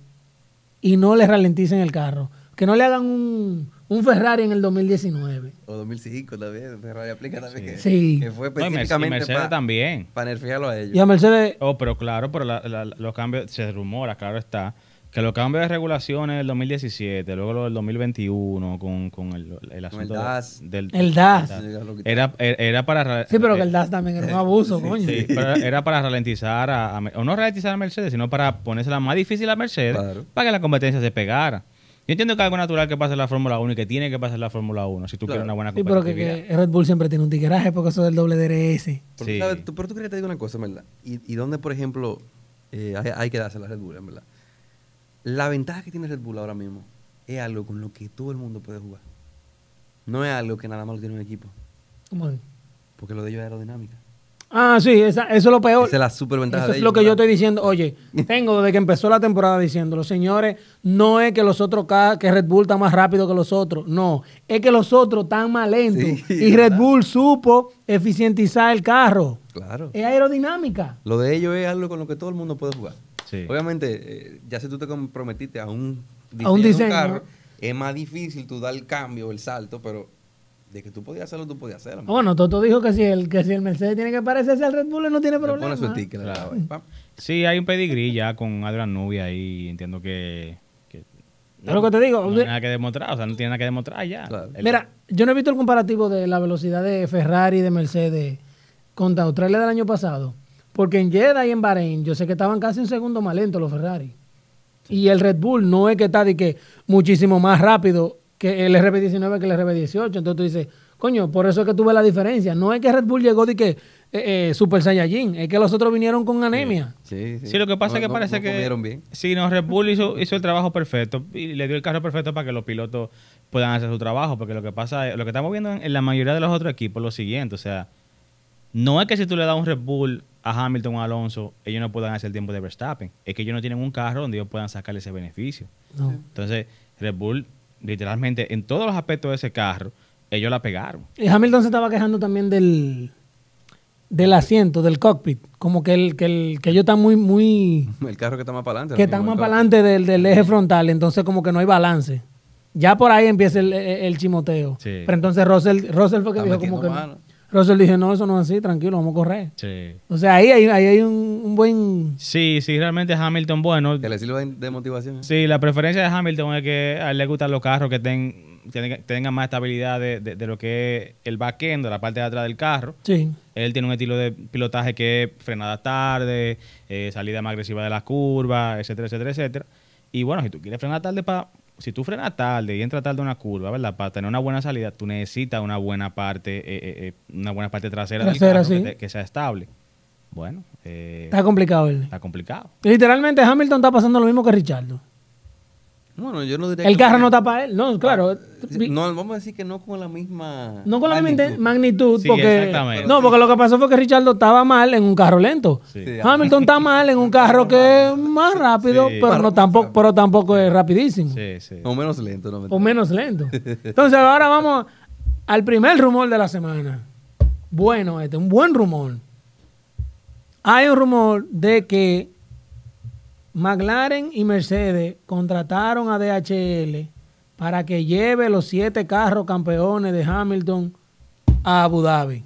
[SPEAKER 1] y no le ralenticen el carro. Que no le hagan un, un Ferrari en el 2019.
[SPEAKER 3] O 2005 también, Ferrari aplica también. Que,
[SPEAKER 1] Sí.
[SPEAKER 3] que fue
[SPEAKER 2] No, y Merce- y
[SPEAKER 3] específicamente
[SPEAKER 2] Mercedes también.
[SPEAKER 3] para nerfearlo a ellos.
[SPEAKER 1] Y a Mercedes,
[SPEAKER 2] Oh, pero claro, pero la- la- los cambios, se rumora, claro está, que los cambios de regulaciones del 2017, luego lo del 2021, con, con el, el asunto de-
[SPEAKER 3] DAS.
[SPEAKER 2] del...
[SPEAKER 1] el DAS.
[SPEAKER 3] Sí, ya lo quitaron.
[SPEAKER 2] Era, era- era para... ra-
[SPEAKER 1] Sí, pero que el
[SPEAKER 2] eh,
[SPEAKER 1] DAS también era un abuso, coño.
[SPEAKER 2] sí, pero era para ralentizar a, a Mer- o no ralentizar a Mercedes, sino para ponérsela más difícil a Mercedes
[SPEAKER 3] Claro.
[SPEAKER 2] para que la competencia se pegara. Yo entiendo que es algo natural que pasa en la Fórmula 1 y que tiene que pasar en la Fórmula 1 si tú
[SPEAKER 3] Claro.
[SPEAKER 2] quieres una buena
[SPEAKER 1] Sí, pero que,
[SPEAKER 2] competitividad.
[SPEAKER 1] que Red Bull siempre tiene un tiqueraje porque eso del doble DRS.
[SPEAKER 3] Porque,
[SPEAKER 2] Sí.
[SPEAKER 3] ¿sabes? Tú- pero tú crees que te digo una cosa, en ¿verdad? Y, y donde, por ejemplo, eh, hay, hay que darse la Red Bull, en verdad. La ventaja que tiene Red Bull ahora mismo es algo con lo que todo el mundo puede jugar. No es algo que nada más lo tiene un equipo,
[SPEAKER 1] ¿Cómo es?
[SPEAKER 3] porque lo de ellos es aerodinámica.
[SPEAKER 1] Ah, sí, esa- eso es lo peor.
[SPEAKER 3] Esa es la superventaja
[SPEAKER 1] Eso
[SPEAKER 3] de
[SPEAKER 1] es lo
[SPEAKER 3] ellos,
[SPEAKER 1] que yo
[SPEAKER 3] ¿verdad?
[SPEAKER 1] estoy diciendo. Oye, tengo desde que empezó la temporada diciéndolo, señores, no es que los otros, ca- que Red Bull está más rápido que los otros. No, es que los otros están más lentos.
[SPEAKER 3] Sí,
[SPEAKER 1] y Red
[SPEAKER 3] ¿verdad?
[SPEAKER 1] Bull supo eficientizar el carro.
[SPEAKER 3] Claro.
[SPEAKER 1] Es aerodinámica.
[SPEAKER 3] Lo de ellos es algo con lo que todo el mundo puede jugar.
[SPEAKER 2] Sí.
[SPEAKER 3] Obviamente, eh, ya si tú te comprometiste a un diseño,
[SPEAKER 1] A un
[SPEAKER 3] de
[SPEAKER 1] diseño.
[SPEAKER 3] carro, es más difícil tú dar el cambio, el salto, pero de que tú podías hacerlo, tú podías hacerlo. man.
[SPEAKER 1] Ah, Bueno, Toto dijo que si el, que si el Mercedes tiene que parecerse al Red Bull, él no tiene
[SPEAKER 3] Le
[SPEAKER 1] problema.
[SPEAKER 3] pones su sticker, le grabas, pam.
[SPEAKER 2] Sí, hay un pedigrí ya con Adrian Nubia ahí, entiendo que... que
[SPEAKER 1] Es lo que te digo.
[SPEAKER 2] No hay nada que demostrar, o sea, no tiene nada que demostrar ya.
[SPEAKER 3] Claro.
[SPEAKER 2] El-
[SPEAKER 1] Mira, yo no he visto el comparativo de la velocidad de Ferrari y de Mercedes contra Australia del año pasado. Porque en Jeddah y en Bahrein, yo sé que estaban casi un segundo más lentos los Ferrari. Y el Red Bull no es que está de que muchísimo más rápido que el RB19 que el RB18. Entonces tú dices, coño, por eso es que tú ves la diferencia. No es que Red Bull llegó de que eh, eh, Super Saiyajin, es que los otros vinieron con anemia.
[SPEAKER 3] Sí, sí.
[SPEAKER 2] Sí, lo que pasa
[SPEAKER 3] No-
[SPEAKER 2] es que
[SPEAKER 3] no-
[SPEAKER 2] parece
[SPEAKER 3] no
[SPEAKER 2] que.
[SPEAKER 3] comieron bien.
[SPEAKER 2] Sí, no, Red Bull hizo, hizo el trabajo perfecto y le dio el carro perfecto para que los pilotos puedan hacer su trabajo. Porque lo que pasa es, lo que estamos viendo en, en la mayoría de los otros equipos es lo siguiente: o sea, no es que si tú le das un Red Bull a Hamilton o a Alonso, ellos no puedan hacer el tiempo de Verstappen. Es que ellos no tienen un carro donde ellos puedan sacarle ese beneficio.
[SPEAKER 1] No.
[SPEAKER 2] Entonces, Red Bull, literalmente, en todos los
[SPEAKER 1] Eh,
[SPEAKER 2] aspectos de ese carro, ellos la pegaron.
[SPEAKER 1] Y Hamilton se estaba quejando también del, del asiento, del cockpit. Como que el, que el, que ellos están muy, muy,
[SPEAKER 3] El carro que está más para adelante.
[SPEAKER 1] que
[SPEAKER 3] lo
[SPEAKER 1] están
[SPEAKER 3] mismo,
[SPEAKER 1] más
[SPEAKER 3] el
[SPEAKER 1] para
[SPEAKER 3] carro.
[SPEAKER 1] adelante del, del eje frontal, entonces como que no hay balance. Ya por ahí empieza el, el- el chimoteo.
[SPEAKER 2] Sí.
[SPEAKER 1] Pero entonces Russell, Russell fue que
[SPEAKER 3] Está
[SPEAKER 1] dijo
[SPEAKER 3] metiendo
[SPEAKER 1] como que...
[SPEAKER 3] mano.
[SPEAKER 1] Russell dijo, no, eso no es así, tranquilo, vamos a correr.
[SPEAKER 2] Sí.
[SPEAKER 1] O sea, ahí hay, ahí hay un, un buen...
[SPEAKER 2] Sí, sí, realmente Hamilton, bueno.
[SPEAKER 3] Que le sirva de- de motivación. ¿eh?
[SPEAKER 2] Sí, la preferencia de Hamilton es que a él le gustan los carros que, ten- que tenga- tengan más estabilidad de, de- de lo que es el backend, de la parte de atrás del carro.
[SPEAKER 1] Sí.
[SPEAKER 2] Él tiene un estilo de pilotaje que es frenada tarde, eh, salida más agresiva de las curvas, etcétera, etcétera, etcétera. Y bueno, si tú quieres frenar tarde para... Si tú frenas tarde y entras tarde a una curva, ¿verdad? Para tener una buena salida, tú necesitas una buena parte, eh, eh, eh, una buena parte trasera, del
[SPEAKER 1] Trasera,
[SPEAKER 2] carro
[SPEAKER 1] sí.
[SPEAKER 2] que, te- que sea estable. Bueno, eh,
[SPEAKER 1] Está complicado él.
[SPEAKER 2] está complicado.
[SPEAKER 1] Literalmente Hamilton está pasando lo mismo que Richardo.
[SPEAKER 3] Bueno, yo no diría
[SPEAKER 1] El
[SPEAKER 3] que-
[SPEAKER 1] carro no está para él. No, claro.
[SPEAKER 3] No, vamos a decir que no con la misma.
[SPEAKER 1] No con la misma
[SPEAKER 3] magnitud.
[SPEAKER 1] inten- magnitud,
[SPEAKER 2] Sí,
[SPEAKER 1] porque.
[SPEAKER 2] exactamente.
[SPEAKER 1] No, porque lo que pasó fue que Richardo estaba mal en un carro lento.
[SPEAKER 2] Sí.
[SPEAKER 3] Sí,
[SPEAKER 1] Hamilton ah. está mal en un carro que es más rápido,
[SPEAKER 2] Sí.
[SPEAKER 1] pero no tampoco, pero tampoco es rapidísimo.
[SPEAKER 2] Sí, sí.
[SPEAKER 3] O menos lento, no me
[SPEAKER 1] O menos lento. Entonces, ahora vamos al primer rumor de la semana. Bueno, este, un buen rumor. Hay un rumor de que McLaren y Mercedes contrataron a DHL para que lleve los siete carros campeones de Hamilton a Abu Dhabi.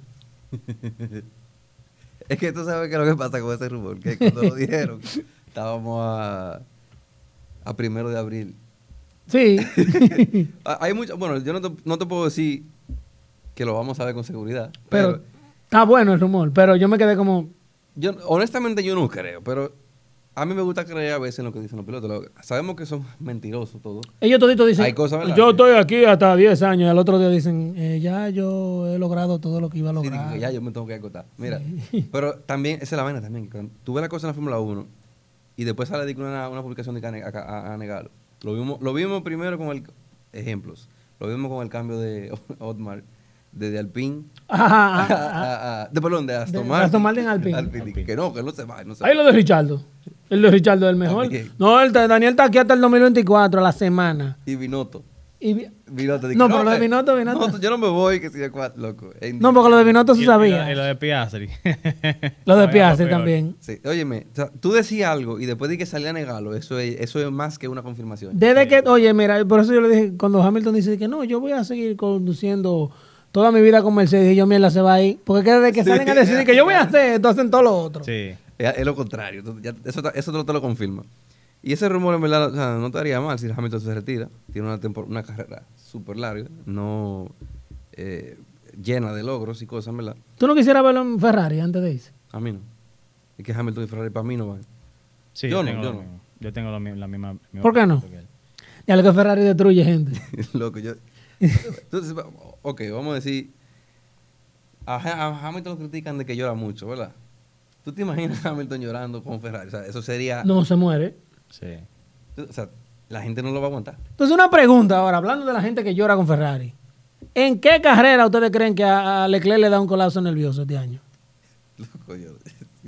[SPEAKER 3] Es que tú sabes que lo que pasa con ese rumor, que cuando lo dijeron, estábamos a, a primero de abril.
[SPEAKER 1] Sí,
[SPEAKER 3] Ah, Hay mucho, bueno, yo no te, no te puedo decir que lo vamos a ver con seguridad, pero,
[SPEAKER 1] pero está bueno el rumor, pero yo me quedé como...
[SPEAKER 3] yo honestamente yo no creo, pero a mí me gusta creer a veces en lo que dicen los pilotos. Lo- Sabemos que son mentirosos todos.
[SPEAKER 1] Ellos toditos dicen,
[SPEAKER 3] Hay cosas, ¿verdad?
[SPEAKER 1] yo estoy aquí hasta 10 años, y al otro día dicen, eh, ya yo he logrado todo lo que iba a
[SPEAKER 3] Sí,
[SPEAKER 1] lograr.
[SPEAKER 3] digo, ya yo me tengo que acotar. Mira, pero también, esa es la vaina también. que Cuando tú ves la cosa en la Fórmula 1 y después sale de que una, una publicación de que a, ne- a- a- a negarlo. Lo vimos, lo vimos primero con el. Ejemplos. Lo vimos con el cambio de Otmar desde Alpine.
[SPEAKER 1] Ajá,
[SPEAKER 3] a-
[SPEAKER 1] ajá, ajá.
[SPEAKER 3] a- a- de, perdón, de
[SPEAKER 1] Ah, De-
[SPEAKER 3] Aston
[SPEAKER 1] de
[SPEAKER 3] Martin.
[SPEAKER 1] Aston Martin a Alpine.
[SPEAKER 3] Que, que no, que no se va. No se
[SPEAKER 1] Ahí
[SPEAKER 3] va.
[SPEAKER 1] lo de Richardo. El de Richardo es el mejor.
[SPEAKER 3] También.
[SPEAKER 1] No, el de Daniel está aquí hasta el 2024, a la semana.
[SPEAKER 3] Y Binotto.
[SPEAKER 1] Y vi-
[SPEAKER 3] Binotto
[SPEAKER 1] No, pero lo de
[SPEAKER 3] eh,
[SPEAKER 1] Binotto, Binotto.
[SPEAKER 3] no, yo no me voy, que siga cuatro, loco. En-
[SPEAKER 1] no, porque lo de Binotto se
[SPEAKER 2] Y-
[SPEAKER 1] sabía.
[SPEAKER 2] Y lo, y lo de Piastri.
[SPEAKER 1] lo de
[SPEAKER 2] Todavía
[SPEAKER 1] Piazzi
[SPEAKER 2] peor.
[SPEAKER 1] también.
[SPEAKER 3] Sí, óyeme, o sea, tú decías algo y después de que salía a negarlo, eso es, eso es más que una confirmación.
[SPEAKER 1] Desde que, oye, mira, por eso yo le dije, cuando Hamilton dice que no, yo voy a seguir conduciendo toda mi vida con Mercedes, y yo, mierda, se va ahí. Porque es que desde que
[SPEAKER 3] Sí.
[SPEAKER 1] salen a decir que yo voy a hacer esto, hacen todo lo otro.
[SPEAKER 2] Sí.
[SPEAKER 3] Es, es lo contrario. Entonces, ya- eso, ta- eso te lo- te lo confirma. Y ese rumor, en verdad, o sea, no te haría mal si Hamilton se retira. Tiene una, tempor- una carrera súper larga, no eh, llena de logros y cosas, en ¿verdad?
[SPEAKER 1] ¿Tú no quisieras verlo en Ferrari antes de irse?
[SPEAKER 3] A mí no. Es que Hamilton y Ferrari para mí no van.
[SPEAKER 2] Sí,
[SPEAKER 3] Yo no,
[SPEAKER 2] tengo
[SPEAKER 3] yo
[SPEAKER 2] lo
[SPEAKER 3] no.
[SPEAKER 2] mismo. Yo tengo lo mi- la misma. misma
[SPEAKER 1] ¿Por qué no?
[SPEAKER 2] que él.
[SPEAKER 1] Ya lo que Ferrari destruye gente.
[SPEAKER 3] Loco, yo. Entonces, va- ok, vamos a decir. A, Ha- a Hamilton lo critican de que llora mucho, ¿verdad? ¿Tú te imaginas a Hamilton llorando con Ferrari? O sea, eso sería.
[SPEAKER 1] No se muere.
[SPEAKER 2] Sí.
[SPEAKER 3] O sea, la gente no lo va a aguantar.
[SPEAKER 1] Entonces, una pregunta ahora, hablando de la gente que llora con Ferrari. ¿En qué carrera ustedes creen que a a Leclerc le da un colapso nervioso este año?
[SPEAKER 3] Loco, yo.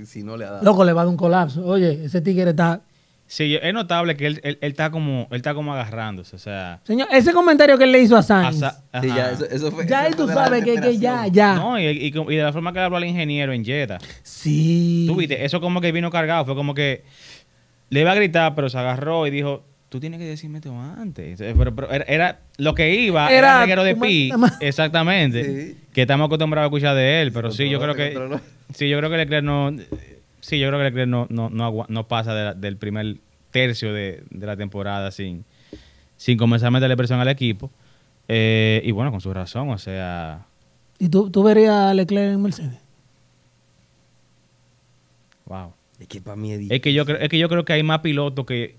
[SPEAKER 3] Si no le ha dado.
[SPEAKER 1] Loco, le va a dar un colapso. Oye, ese tigre está...
[SPEAKER 2] Sí, yo- es notable que él, él, él está como él está como agarrándose, o sea,
[SPEAKER 1] Señor, ese comentario que él le hizo a Sainz.
[SPEAKER 2] asa- ajá.
[SPEAKER 3] Sí, ya, eso, eso fue.
[SPEAKER 1] ya
[SPEAKER 3] eso
[SPEAKER 1] ahí
[SPEAKER 3] fue
[SPEAKER 1] tú
[SPEAKER 3] de la
[SPEAKER 1] sabes que, que ya,
[SPEAKER 3] desesperación.
[SPEAKER 1] ya.
[SPEAKER 2] No, y, y como- y de la forma que le habló al ingeniero en Jetta.
[SPEAKER 1] Sí.
[SPEAKER 2] Tú viste, eso como que vino cargado, fue como que le iba a gritar, pero se agarró y dijo, tú tienes que decirme esto antes. Eh, Pero, pero era, era- lo que iba, era,
[SPEAKER 1] Era-
[SPEAKER 2] reguero de
[SPEAKER 1] ma-
[SPEAKER 2] pi,
[SPEAKER 1] ma-
[SPEAKER 2] exactamente,
[SPEAKER 3] Sí.
[SPEAKER 2] que estamos acostumbrados a escuchar de él, pero
[SPEAKER 3] Se
[SPEAKER 2] sí, yo creo
[SPEAKER 3] controló, se
[SPEAKER 2] que...
[SPEAKER 3] controló.
[SPEAKER 2] Sí, yo creo que Leclerc no... Sí, yo creo que Leclerc no, no, no, agua- no pasa de la- del primer tercio de, de la temporada sin, sin comenzar a meterle presión al equipo. Eh, y bueno, con su razón, o sea...
[SPEAKER 1] ¿Y tú, tú verías a Leclerc en Mercedes?
[SPEAKER 2] Wow.
[SPEAKER 3] Es que para mí es
[SPEAKER 2] Es que yo creo, es que yo creo que hay más pilotos que,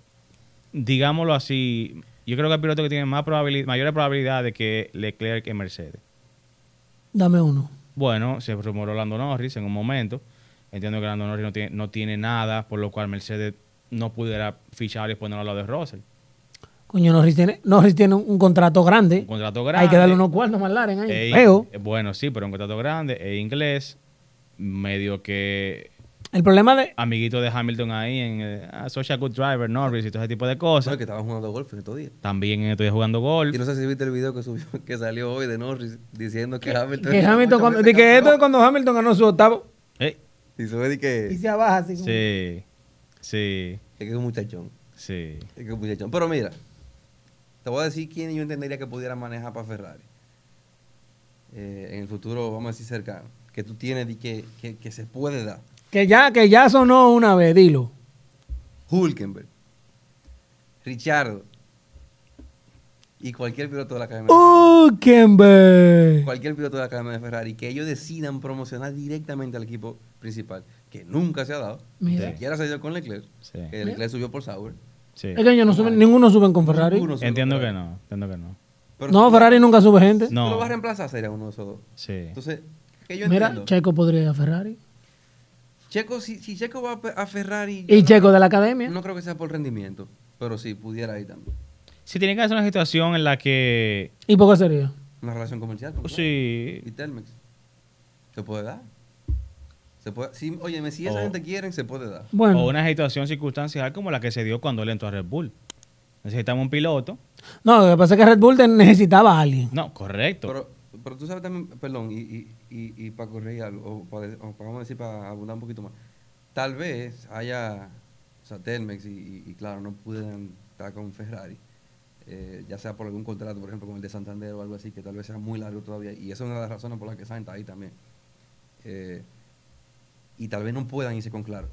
[SPEAKER 2] digámoslo así, yo creo que hay pilotos que tienen más probabilidad, mayores probabilidades de que Leclerc que Mercedes.
[SPEAKER 1] Dame uno.
[SPEAKER 2] Bueno, se rumoró Lando Norris en un momento. Entiendo que Lando Norris no tiene, no tiene nada, por lo cual Mercedes no pudiera fichar y ponerlo al lado de Russell.
[SPEAKER 1] Coño, Norris tiene, Norris tiene un, un contrato grande.
[SPEAKER 2] Un contrato grande.
[SPEAKER 1] Hay que darle unos cuartos más Laren ahí.
[SPEAKER 2] E-
[SPEAKER 1] Feo.
[SPEAKER 2] eh, Bueno, sí, pero un contrato grande, e inglés, medio que
[SPEAKER 1] El problema de...
[SPEAKER 2] amiguito de Hamilton ahí en eh, ah, Social Good Driver, Norris y todo ese tipo de cosas.
[SPEAKER 3] que estaba jugando golf en estos días.
[SPEAKER 2] También estoy jugando golf.
[SPEAKER 3] Y no sé si viste el video que subió, que salió hoy de Norris diciendo que Hamilton.
[SPEAKER 1] Que Hamilton, cuando, de que esto es cuando Hamilton ganó su octavo,
[SPEAKER 2] Eh,
[SPEAKER 3] Y se ve de que,
[SPEAKER 1] Y se abaja así. como-
[SPEAKER 2] Sí, sí,
[SPEAKER 3] es que es un muchachón.
[SPEAKER 2] sí.
[SPEAKER 3] Es que es un muchachón. Pero mira, te voy a decir quién yo entendería que pudiera manejar para Ferrari. Eh, en el futuro, vamos a decir cercano. Que tú tienes de que, que, que se puede dar.
[SPEAKER 1] Que ya, que ya sonó una vez, dilo.
[SPEAKER 3] Hulkenberg, Richardo y cualquier piloto de la academia. de
[SPEAKER 1] ¡Oh!
[SPEAKER 3] Ferrari.
[SPEAKER 1] Ukenberg.
[SPEAKER 3] Cualquier piloto de la academia de Ferrari que ellos decidan promocionar directamente al equipo principal, que nunca se ha dado. Ni
[SPEAKER 1] Mira.
[SPEAKER 3] siquiera se dio con Leclerc.
[SPEAKER 2] Sí.
[SPEAKER 3] que Leclerc subió por Sauber.
[SPEAKER 2] Sí.
[SPEAKER 1] Es que ellos no suben, ninguno suben con Ferrari.
[SPEAKER 3] Ninguno subió
[SPEAKER 2] Entiendo
[SPEAKER 3] con
[SPEAKER 2] que
[SPEAKER 3] Ferrari.
[SPEAKER 2] no, entiendo que no.
[SPEAKER 3] Pero
[SPEAKER 1] No,
[SPEAKER 3] tú-
[SPEAKER 1] Ferrari nunca sube gente.
[SPEAKER 3] tú
[SPEAKER 2] No.
[SPEAKER 3] lo vas a reemplazar, sería uno de esos dos.
[SPEAKER 2] Sí.
[SPEAKER 3] Entonces, que yo
[SPEAKER 1] Mira,
[SPEAKER 3] entiendo.
[SPEAKER 1] Checo podría ir a Ferrari.
[SPEAKER 3] Checo, si, si Checo va a pe- a Ferrari, yo
[SPEAKER 1] Y
[SPEAKER 3] no-
[SPEAKER 1] Checo de la academia.
[SPEAKER 3] no creo que sea por rendimiento, pero sí, pudiera ir también.
[SPEAKER 2] Si tiene que hacer una situación en la que...
[SPEAKER 1] ¿Y por qué sería?
[SPEAKER 3] Una relación comercial. ¿por qué no?
[SPEAKER 2] Sí,
[SPEAKER 3] y Telmex. Se puede dar. Se puede, si, óyeme, si esa
[SPEAKER 2] O-
[SPEAKER 3] gente quieren, se puede dar.
[SPEAKER 1] Bueno.
[SPEAKER 2] o una situación circunstancial como la que se dio cuando él entró a Red Bull. Necesitamos un piloto.
[SPEAKER 1] No, lo que pasa es que Red Bull te- necesitaba a alguien.
[SPEAKER 2] No, correcto.
[SPEAKER 3] Pero, pero tú sabes también, perdón, y, y, y, para corregir algo, o para, o pa- vamos a decir, para abundar un poquito más. Tal vez haya, o sea, Telmex y, y- y claro, no pudieran estar con Ferrari, eh, ya sea por algún contrato, por ejemplo, con el de Santander o algo así, que tal vez sea muy largo todavía, y esa es una de las razones por las que Sainz está ahí también. Eh, y tal vez no puedan irse con claro.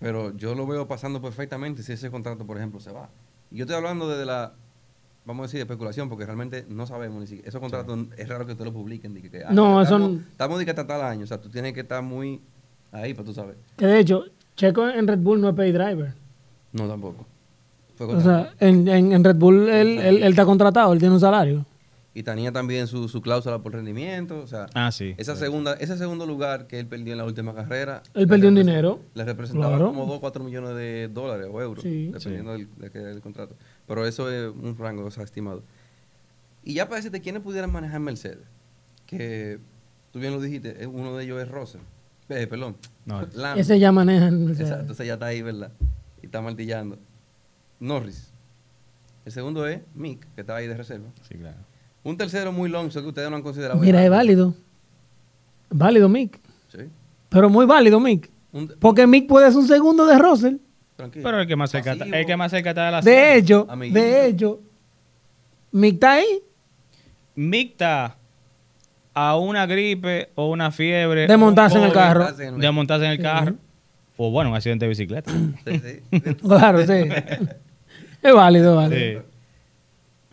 [SPEAKER 3] Pero yo lo veo pasando perfectamente si ese contrato, por ejemplo, se va. Y yo estoy hablando desde la, vamos a decir, especulación, porque realmente no sabemos ni siquiera. Esos contratos es raro que te lo publiquen. de que- que, ah,
[SPEAKER 1] No, eso
[SPEAKER 3] estamos,
[SPEAKER 1] n-
[SPEAKER 3] Estamos de que hasta tal año, o sea, tú tienes que estar muy ahí para tú saber.
[SPEAKER 1] Que de hecho, Checo en Red Bull no es pay driver.
[SPEAKER 3] No, tampoco. Fue
[SPEAKER 1] O
[SPEAKER 3] contrato.
[SPEAKER 1] sea, en, en- en Red Bull él, él- él está contratado, él tiene un salario.
[SPEAKER 3] y tenía también su, su cláusula por rendimiento, o sea,
[SPEAKER 2] Ah, sí.
[SPEAKER 3] esa segunda, ese segundo lugar que él perdió en la última carrera.
[SPEAKER 1] Él
[SPEAKER 3] le
[SPEAKER 1] perdió un
[SPEAKER 3] representa-
[SPEAKER 1] dinero.
[SPEAKER 3] Le representaba
[SPEAKER 1] Claro.
[SPEAKER 3] como 2 o 4 millones de dólares o euros,
[SPEAKER 1] Sí.
[SPEAKER 3] dependiendo del, de que- del contrato. Pero eso es un rango o sea, estimado. Y ya para decirte quiénes pudieran manejar Mercedes, que tú bien lo dijiste, eh, uno de ellos es Russell. Eh, perdón,
[SPEAKER 2] No.
[SPEAKER 3] Lando.
[SPEAKER 1] Ese ya maneja en Mercedes.
[SPEAKER 3] Exacto, entonces ya está ahí, ¿verdad? Y está martillando. Norris. El segundo es Mick, que está ahí de reserva.
[SPEAKER 2] Sí, claro.
[SPEAKER 3] Un tercero muy long, que ustedes no han considerado.
[SPEAKER 1] Mira, es
[SPEAKER 3] Hamilton.
[SPEAKER 1] válido. Válido, Mick.
[SPEAKER 3] Sí.
[SPEAKER 1] Pero muy válido, Mick.
[SPEAKER 3] Un-
[SPEAKER 1] Porque Mick puede ser un segundo de Russell.
[SPEAKER 3] tranquilo.
[SPEAKER 2] Pero el que más cerca, está-
[SPEAKER 3] Pasivo.
[SPEAKER 2] el que más cerca está de la cima.
[SPEAKER 1] De hecho,
[SPEAKER 3] amiguito.
[SPEAKER 1] de hecho, Mick está ahí.
[SPEAKER 2] Mick está a una gripe o una fiebre.
[SPEAKER 3] Eh,
[SPEAKER 1] De
[SPEAKER 2] o un
[SPEAKER 1] montarse en el
[SPEAKER 3] oh,
[SPEAKER 2] COVID,
[SPEAKER 1] carro.
[SPEAKER 2] De montarse en el carro. O bueno, un accidente de bicicleta.
[SPEAKER 3] Sí, sí.
[SPEAKER 1] Claro, sí. es válido, es válido.
[SPEAKER 2] Sí.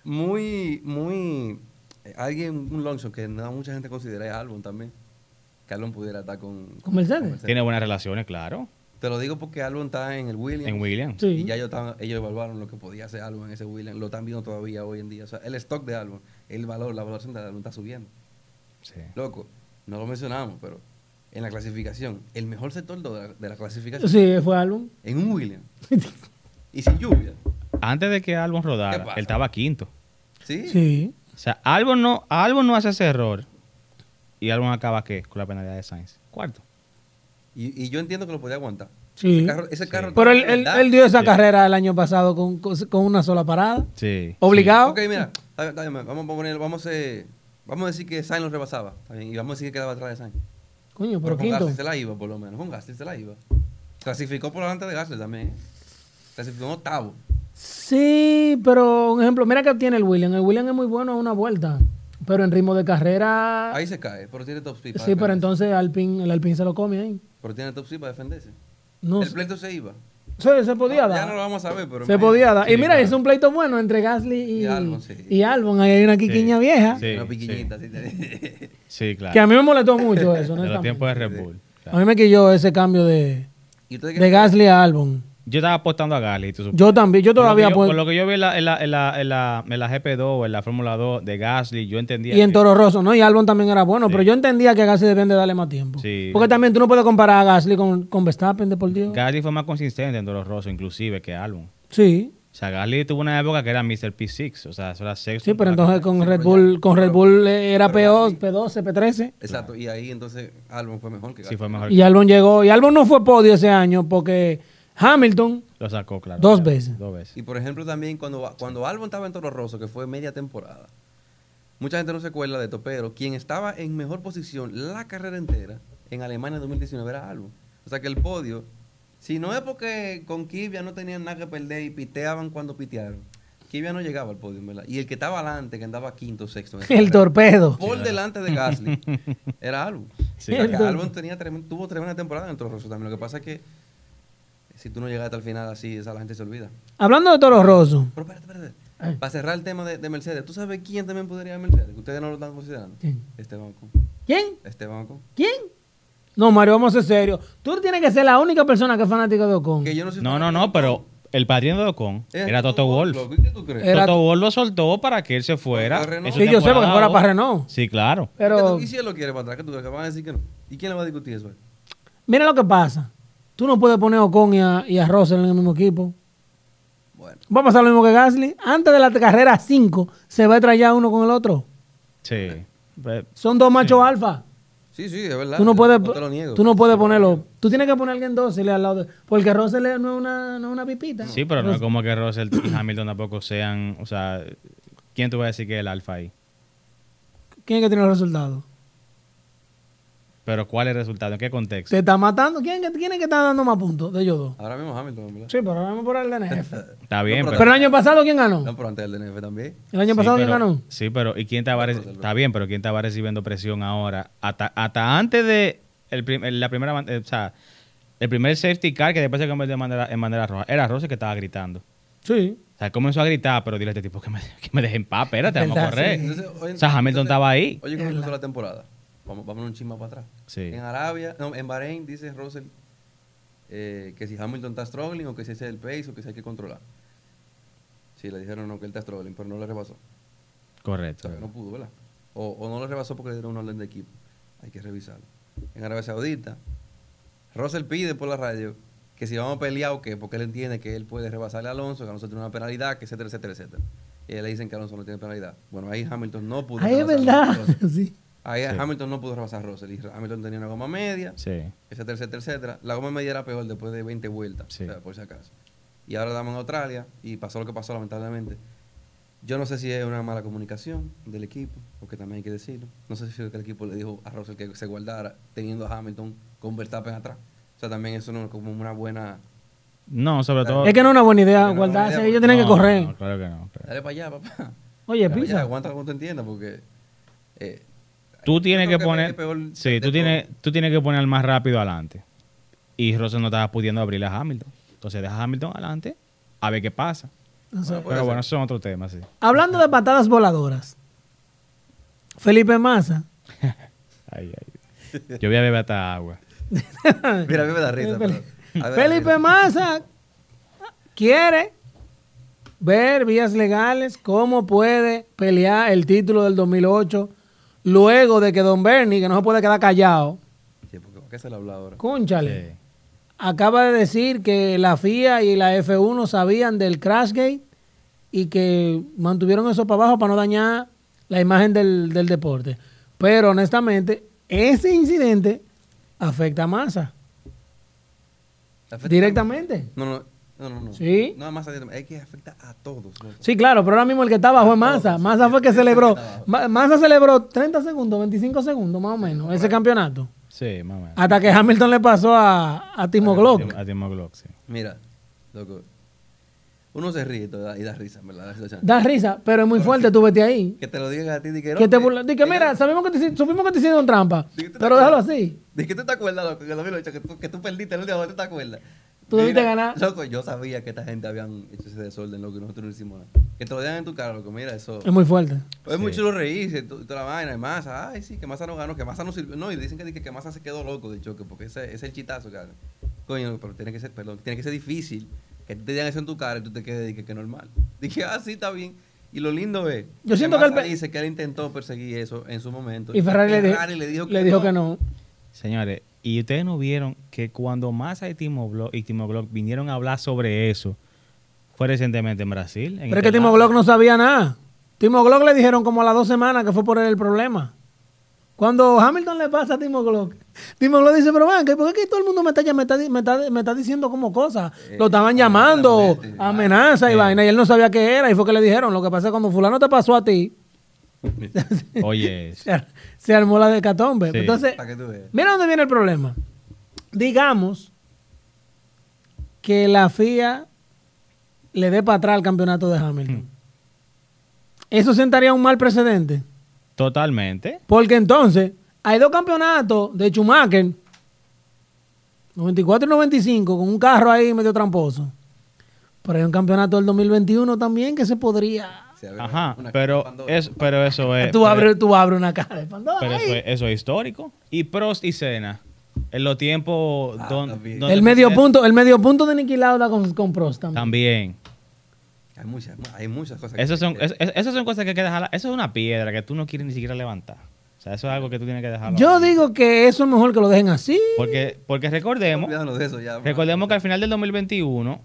[SPEAKER 3] Muy, muy. eh, Alguien, un long shot que no mucha gente considera es Albon también. Que Albon pudiera estar con.
[SPEAKER 1] ¿Con Mercedes?
[SPEAKER 2] Tiene buenas relaciones, claro.
[SPEAKER 3] Te lo digo porque Albon está en el Williams.
[SPEAKER 2] En Williams.
[SPEAKER 1] Sí.
[SPEAKER 3] Y ya ellos, estaban- ellos evaluaron lo que podía hacer Albon en ese Williams. Lo están viendo todavía hoy en día. O sea, el stock de Albon, el valor, la valoración de Albon está subiendo.
[SPEAKER 2] Sí.
[SPEAKER 3] Loco, no lo mencionamos, pero en la clasificación, el mejor sector de la, de la clasificación
[SPEAKER 1] Sí, fue álbum.
[SPEAKER 3] en un Williams. y sin lluvia.
[SPEAKER 2] Antes de que Albon
[SPEAKER 3] ¿Qué
[SPEAKER 2] rodara,
[SPEAKER 3] pasa?
[SPEAKER 2] él estaba quinto.
[SPEAKER 3] ¿Sí?
[SPEAKER 1] Sí.
[SPEAKER 2] O sea, Albon no, Albon no hace ese error. Y Albon acaba qué? Con la penalidad de Sainz. Cuarto.
[SPEAKER 3] Y, y yo entiendo que lo podía aguantar.
[SPEAKER 1] Sí.
[SPEAKER 3] Ese carro, ese carro
[SPEAKER 1] Pero él, él-
[SPEAKER 3] ¿verdad?
[SPEAKER 1] él dio esa
[SPEAKER 2] Sí.
[SPEAKER 1] carrera el año pasado con, con- con una sola parada.
[SPEAKER 2] Sí.
[SPEAKER 1] Obligado.
[SPEAKER 3] Ok, mira, está bien, está bien, vamos a poner, vamos a, eh, vamos a decir que Sainz lo rebasaba, está bien, y vamos a decir que quedaba atrás de Sainz.
[SPEAKER 1] Coño, pero
[SPEAKER 3] Pero con
[SPEAKER 1] quinto.
[SPEAKER 3] Gasly se la iba, por lo menos, con Gasly se la iba. Clasificó por delante de Gasly también, ¿eh? clasificó en octavo.
[SPEAKER 1] Sí, pero un ejemplo, mira que tiene el William. El William es muy bueno a una vuelta, pero en ritmo de carrera.
[SPEAKER 3] Ahí se cae, pero tiene top speed para
[SPEAKER 1] sí, pero
[SPEAKER 3] defenderse.
[SPEAKER 1] entonces Alpine, el Alpine se lo come ahí.
[SPEAKER 3] Pero tiene top speed para defenderse.
[SPEAKER 1] No,
[SPEAKER 3] El
[SPEAKER 1] sé.
[SPEAKER 3] pleito se iba.
[SPEAKER 1] se, se podía
[SPEAKER 3] Ya
[SPEAKER 1] dar.
[SPEAKER 3] no lo vamos a saber, pero...
[SPEAKER 1] se
[SPEAKER 3] imagínate.
[SPEAKER 1] podía dar. y
[SPEAKER 2] Sí,
[SPEAKER 1] mira,
[SPEAKER 2] claro.
[SPEAKER 1] es un pleito bueno entre Gasly y,
[SPEAKER 3] Y Albon, sí.
[SPEAKER 1] y Albon. Ahí hay una quiquiña
[SPEAKER 2] Sí.
[SPEAKER 1] vieja.
[SPEAKER 2] Sí,
[SPEAKER 3] Una
[SPEAKER 2] sí.
[SPEAKER 3] piquiñita, así te-
[SPEAKER 2] Sí, claro.
[SPEAKER 1] Que a mí me moletó mucho eso,
[SPEAKER 2] De los
[SPEAKER 1] honestamente.
[SPEAKER 2] tiempos de Red Bull.
[SPEAKER 1] A mí me quilló ese cambio de,
[SPEAKER 3] ¿Y ustedes
[SPEAKER 1] de Gasly a Albon.
[SPEAKER 2] Yo estaba apostando a Gali. tú supiste.
[SPEAKER 1] Yo también, yo
[SPEAKER 2] Por lo
[SPEAKER 1] todavía.
[SPEAKER 2] que yo-
[SPEAKER 1] pues-
[SPEAKER 2] Por lo que yo vi en la, en la- en la- en la- en la GP2 o en la Fórmula 2 de Gasly, yo entendía.
[SPEAKER 1] Y en
[SPEAKER 2] que-
[SPEAKER 1] Toro Rosso, ¿no? Y Albon también era bueno,
[SPEAKER 2] Sí.
[SPEAKER 1] pero yo entendía que a Gasly debían de darle más tiempo.
[SPEAKER 2] Sí.
[SPEAKER 1] Porque también tú no puedes comparar a Gasly con, con Verstappen, de por Dios.
[SPEAKER 2] Gasly fue más consistente en Toro Rosso, inclusive, que Albon.
[SPEAKER 1] sí,
[SPEAKER 2] O sea, Gasly tuvo una época que era Mr. P6. O sea, eso era sexto.
[SPEAKER 1] sí, pero entonces con Red
[SPEAKER 3] pero
[SPEAKER 1] Bull,
[SPEAKER 3] ya-
[SPEAKER 1] con Red
[SPEAKER 3] pero-
[SPEAKER 1] Bull eh, era
[SPEAKER 3] pero
[SPEAKER 1] P2, P12, P13.
[SPEAKER 3] Exacto, y ahí entonces Albon fue mejor que
[SPEAKER 2] Sí,
[SPEAKER 3] Gasly.
[SPEAKER 2] fue mejor.
[SPEAKER 1] Y Albon llegó. Y Albon no fue podio ese año porque Hamilton,
[SPEAKER 2] Lo sacó, claro.
[SPEAKER 1] Dos
[SPEAKER 2] Claro,
[SPEAKER 1] veces.
[SPEAKER 2] Dos veces.
[SPEAKER 3] Y por ejemplo también cuando, cuando Albon estaba en Toro Rosso, que fue media temporada, mucha gente no se acuerda de esto, pero quien estaba en mejor posición la carrera entera en Alemania en 2019 era Albon. O sea que el podio, si no es porque con Kibia no tenían nada que perder y piteaban cuando pitearon, Kibia no llegaba al podio, ¿verdad? Y el que estaba adelante, que andaba quinto, sexto. en esa
[SPEAKER 1] El
[SPEAKER 3] carrera,
[SPEAKER 1] torpedo.
[SPEAKER 3] Por delante de Gasly, era Albon.
[SPEAKER 2] Sí.
[SPEAKER 1] El
[SPEAKER 3] Porque
[SPEAKER 1] torpedo.
[SPEAKER 3] Albon tenía trem- tuvo tremenda temporada en Toro Rosso también. Lo que pasa es que si tú no llegaste al final así, esa la gente se olvida.
[SPEAKER 1] Hablando de Toro Rosso.
[SPEAKER 3] Pero espérate, espérate.
[SPEAKER 1] Ay.
[SPEAKER 3] Para cerrar el tema de, de Mercedes, ¿tú sabes quién también podría ir a Mercedes? Que ustedes no lo están considerando.
[SPEAKER 1] ¿Quién?
[SPEAKER 3] Esteban Ocon.
[SPEAKER 1] ¿Quién?
[SPEAKER 3] Esteban Ocon.
[SPEAKER 1] ¿Quién? No, Mario, vamos a ser serios. Tú tienes que ser la única persona que es fanática de Ocon.
[SPEAKER 3] Que yo no Eh, soy
[SPEAKER 2] No,
[SPEAKER 3] fan
[SPEAKER 2] no,
[SPEAKER 3] de
[SPEAKER 2] no,
[SPEAKER 3] Ocon.
[SPEAKER 2] pero el padrino de Ocon
[SPEAKER 3] Es
[SPEAKER 2] era Toto Wolf.
[SPEAKER 3] loco, ¿y ¿Qué tú crees?
[SPEAKER 1] Eh, Era-
[SPEAKER 2] Toto Wolf lo soltó para que él se fuera.
[SPEAKER 3] Para Renault.
[SPEAKER 2] en su
[SPEAKER 1] Sí, yo sé, porque
[SPEAKER 2] temporada
[SPEAKER 1] fuera
[SPEAKER 2] dos.
[SPEAKER 1] para Renault.
[SPEAKER 2] Sí, claro.
[SPEAKER 1] Pero
[SPEAKER 3] ¿Y si él lo quiere para atrás? ¿Qué tú crees? ¿Que van a decir que no? ¿Y quién le va a discutir eso?
[SPEAKER 1] mira lo que pasa. Tú no puedes poner a Ocon y a, y a Russell en el mismo equipo.
[SPEAKER 3] Bueno,
[SPEAKER 1] Va a pasar lo mismo que Gasly. Antes de la carrera 5 se va a estrellar uno con el otro.
[SPEAKER 2] Sí.
[SPEAKER 3] Eh.
[SPEAKER 2] Pues, Pe-
[SPEAKER 1] Son dos machos alfa.
[SPEAKER 3] sí, sí, es verdad.
[SPEAKER 1] Tú no puedes,
[SPEAKER 3] te lo niego.
[SPEAKER 1] tú no puedes ponerlo. Tú tienes que poner a alguien 12 al lado de- Porque Russell es- no es una, no es una pipita.
[SPEAKER 2] Sí, pero
[SPEAKER 1] Pues
[SPEAKER 2] no es como que Russell y Hamilton tampoco sean. O sea, ¿quién tú vas a decir que es el alfa ahí?
[SPEAKER 1] ¿Quién es que tiene los resultados?
[SPEAKER 2] Pero ¿cuál es el resultado? ¿En qué contexto?
[SPEAKER 1] ¿Se está matando? ¿Quién, es que- quién es que está dando más puntos de ellos dos?
[SPEAKER 3] Ahora mismo Hamilton, ¿verdad?
[SPEAKER 1] Sí, pero vamos por el DNF.
[SPEAKER 2] Está bien,
[SPEAKER 3] No,
[SPEAKER 1] pero
[SPEAKER 2] pero.
[SPEAKER 1] el año pasado, ¿quién ganó?
[SPEAKER 3] No, pero antes del DNF también.
[SPEAKER 1] El año
[SPEAKER 2] sí,
[SPEAKER 1] pasado, ¿quién
[SPEAKER 2] pero-
[SPEAKER 1] ganó?
[SPEAKER 2] Sí, pero ¿y quién estaba reci- Está bien, pero ¿quién estaba recibiendo presión ahora? Hasta, hasta antes de el prim- el- la primera, ban- eh, o sea, el primer safety car que después se convirtió en bandera, en bandera roja. Era Russell que estaba gritando.
[SPEAKER 1] Sí.
[SPEAKER 2] O sea, él comenzó a gritar, pero dile a este tipo que me, que me deje en paz, espérate, vamos a
[SPEAKER 1] Verdad,
[SPEAKER 2] correr.
[SPEAKER 1] sí.
[SPEAKER 3] Entonces, oye,
[SPEAKER 2] o sea, Hamilton
[SPEAKER 3] entonces-
[SPEAKER 2] estaba ahí.
[SPEAKER 3] Oye, ¿cómo empezó la temporada? Vamos, vámonos un chisme para atrás.
[SPEAKER 2] Sí.
[SPEAKER 3] En Arabia, no, en Bahrein dice Russell eh, que si Hamilton está struggling o que si ese es el pace o que si hay que controlar. Sí, le dijeron no, que él está struggling, pero no le rebasó. O
[SPEAKER 2] Correcto.
[SPEAKER 3] sea, no pudo, ¿verdad? O, o no lo rebasó porque le dieron una orden de equipo. Hay que revisarlo. En Arabia Saudita, Russell pide por la radio que si vamos a pelear o qué, porque él entiende que él puede rebasarle a Alonso, que Alonso tiene una penalidad, que etcétera, etcétera, etcétera. Y él le dicen que Alonso no tiene penalidad. Bueno, ahí Hamilton no pudo.
[SPEAKER 1] Ahí es
[SPEAKER 3] rebasar a
[SPEAKER 1] verdad.
[SPEAKER 3] Russell.
[SPEAKER 1] Sí.
[SPEAKER 3] Ahí
[SPEAKER 2] Sí.
[SPEAKER 3] Hamilton no pudo rebasar a Russell. Y Hamilton tenía una goma media,
[SPEAKER 2] Sí.
[SPEAKER 3] etcétera, etcétera, etcétera. La goma media era peor después de 20 vueltas,
[SPEAKER 2] Sí.
[SPEAKER 3] o sea, por si acaso. Y ahora damos en Australia y pasó lo que pasó, lamentablemente. Yo no sé si es una mala comunicación del equipo, porque también hay que decirlo. No sé si fue que el equipo le dijo a Russell que se guardara teniendo a Hamilton con Verstappen atrás. O sea, también eso no es como una buena...
[SPEAKER 2] No, sobre todo.
[SPEAKER 1] Es que no es una buena idea
[SPEAKER 3] no es una buena
[SPEAKER 1] guardarse.
[SPEAKER 3] idea,
[SPEAKER 1] Ellos
[SPEAKER 3] porque-
[SPEAKER 1] tienen que
[SPEAKER 2] No,
[SPEAKER 1] correr.
[SPEAKER 2] no, claro que no. claro.
[SPEAKER 3] Dale para allá, papá.
[SPEAKER 1] Oye,
[SPEAKER 3] Dale pa' allá,
[SPEAKER 1] pisa.
[SPEAKER 3] Aguanta como tú entiendas, porque... eh,
[SPEAKER 2] Tú
[SPEAKER 3] yo
[SPEAKER 2] tienes que
[SPEAKER 3] creo
[SPEAKER 2] poner.
[SPEAKER 3] es peor
[SPEAKER 2] Sí,
[SPEAKER 3] de
[SPEAKER 2] tú
[SPEAKER 3] todo.
[SPEAKER 2] tienes, tú tienes que poner al más rápido adelante. Y Russell no estaba pudiendo abrirle a Hamilton. Entonces deja a Hamilton adelante a ver qué pasa.
[SPEAKER 1] No sé.
[SPEAKER 3] puede
[SPEAKER 2] Pero bueno, eso es otro tema, sí.
[SPEAKER 1] Hablando de patadas voladoras. Felipe Massa.
[SPEAKER 2] Ay, ay. Yo voy a beber hasta agua.
[SPEAKER 3] Mira, a mí me da risa. pero- a mí me da
[SPEAKER 1] Felipe
[SPEAKER 3] risa.
[SPEAKER 1] Massa quiere ver vías legales cómo puede pelear el título del 2008 luego de que Don Bernie, que no se puede quedar callado,
[SPEAKER 3] Sí, porque ¿por qué se le habla ahora?
[SPEAKER 1] cónchale,
[SPEAKER 2] Sí.
[SPEAKER 1] acaba de decir que la FIA y la F1 sabían del Crashgate y que mantuvieron eso para abajo para no dañar la imagen del, del deporte. Pero honestamente, ese incidente afecta a Massa
[SPEAKER 3] Afecta-
[SPEAKER 1] directamente.
[SPEAKER 3] No, no, no, no. no.
[SPEAKER 1] Sí.
[SPEAKER 3] No, más directamente. Es que afecta a todos. loco.
[SPEAKER 1] Sí, claro, pero ahora mismo el que está abajo es Massa. Massa fue que celebró. Ma- Massa celebró 30 segundos, 25 segundos más o menos, ese campeonato.
[SPEAKER 2] Sí, mamá.
[SPEAKER 1] Hasta que Hamilton le pasó a, a Timo Glock.
[SPEAKER 2] A Timo Glock, sí.
[SPEAKER 3] Mira, loco. Uno se ríe y da, y da risa, ¿verdad? La situación.
[SPEAKER 1] Da risa, pero es muy fuerte, tú vete ahí.
[SPEAKER 3] Que te lo digan a ti. Di que, no,
[SPEAKER 1] Que te
[SPEAKER 3] que-
[SPEAKER 1] burla- di que mira, sabemos que te, hici- supimos que te hicieron trampa,
[SPEAKER 3] di que tú te
[SPEAKER 1] pero déjalo
[SPEAKER 3] acuerdas.
[SPEAKER 1] así.
[SPEAKER 3] Di que tú te acuerdas, loco, que en 2008, que tú, que tú perdiste el último, ¿tú te acuerdas?
[SPEAKER 1] Tú
[SPEAKER 3] Mira,
[SPEAKER 1] debiste ganar.
[SPEAKER 3] Loco, yo sabía que esta gente habían hecho ese desorden, loco, y nosotros no hicimos nada. Que te lo digan en tu cara, loco, mira eso.
[SPEAKER 1] Es muy fuerte.
[SPEAKER 3] Es Pues muy chulo reírse, to- toda la vaina, y Massa, ay sí, que Massa no ganó, que Massa no sirvió, no, y dicen que, que, que Massa se quedó loco de choque, porque ese ese es el chitazo, cara. Coño, pero tiene que ser, perdón, tiene que ser difícil que te digan eso en tu cara y tú te quedes y que, que normal. Dije, ah, sí, está bien. Y lo lindo es,
[SPEAKER 1] Yo siento que
[SPEAKER 3] Massa
[SPEAKER 1] el pe-
[SPEAKER 3] dice que él intentó perseguir eso en su momento.
[SPEAKER 1] Y Ferrari, le, dijo-
[SPEAKER 3] Ferrari le dijo, que,
[SPEAKER 1] le dijo que no.
[SPEAKER 2] Señores, y ustedes no vieron que cuando Massa y Timo Glock, y Timo Glock vinieron a hablar sobre eso, fue recientemente en Brasil. en
[SPEAKER 1] Pero es que Timo
[SPEAKER 2] Interlagos.
[SPEAKER 1] Glock no sabía nada. Timo Glock le dijeron como a las dos semanas que fue por él el problema. Cuando Hamilton le pasa a Timo Glock, Timo Glock dice, pero man, ¿qué- ¿por qué que todo el mundo me está, llam- me está di- me está- me está diciendo como cosas?
[SPEAKER 2] Eh,
[SPEAKER 1] Lo estaban llamando,
[SPEAKER 3] muerte,
[SPEAKER 1] amenaza y vaina, y él no sabía qué era, y fue que le dijeron, lo que pasa es que cuando fulano te pasó a ti,
[SPEAKER 2] Oye,
[SPEAKER 1] se, ar- se armó la de Catombe.
[SPEAKER 2] Sí.
[SPEAKER 1] Entonces,
[SPEAKER 3] Para que tú veas.
[SPEAKER 1] mira dónde viene el problema. digamos que la FIA le dé para atrás al campeonato de Hamilton. Eso sentaría un mal precedente.
[SPEAKER 2] Totalmente.
[SPEAKER 1] Porque entonces hay dos campeonatos de Schumacher, 94 y 95, con un carro ahí medio tramposo. Pero hay un campeonato del 2021 también que se podría...
[SPEAKER 3] Se abre
[SPEAKER 2] Ajá,
[SPEAKER 3] una caja de
[SPEAKER 2] pero,
[SPEAKER 3] Pandora.
[SPEAKER 2] es, pero eso es...
[SPEAKER 1] Tú
[SPEAKER 2] pero-
[SPEAKER 1] abres, tú abres una caja de Pandora.
[SPEAKER 2] Pero
[SPEAKER 1] ahí.
[SPEAKER 2] eso es, eso es histórico. Y Prost y Senna. En los tiempos
[SPEAKER 3] Ah,
[SPEAKER 2] don-
[SPEAKER 3] también.
[SPEAKER 2] donde
[SPEAKER 1] El medio
[SPEAKER 2] Senna-
[SPEAKER 1] punto, el medio punto de Niki Lauda con, con Prost también.
[SPEAKER 2] También.
[SPEAKER 3] Hay muchas, hay muchas cosas. que-
[SPEAKER 2] Esas son,
[SPEAKER 3] que-
[SPEAKER 2] es- es- esas son cosas que hay que dejar. Eso es una piedra que tú no quieres ni siquiera levantar. O sea, eso es algo que tú tienes que dejar.
[SPEAKER 1] Yo digo que eso es mejor que lo dejen así.
[SPEAKER 2] Porque, porque recordemos,
[SPEAKER 3] Olvídanos de eso ya.
[SPEAKER 2] recordemos que al final del 2021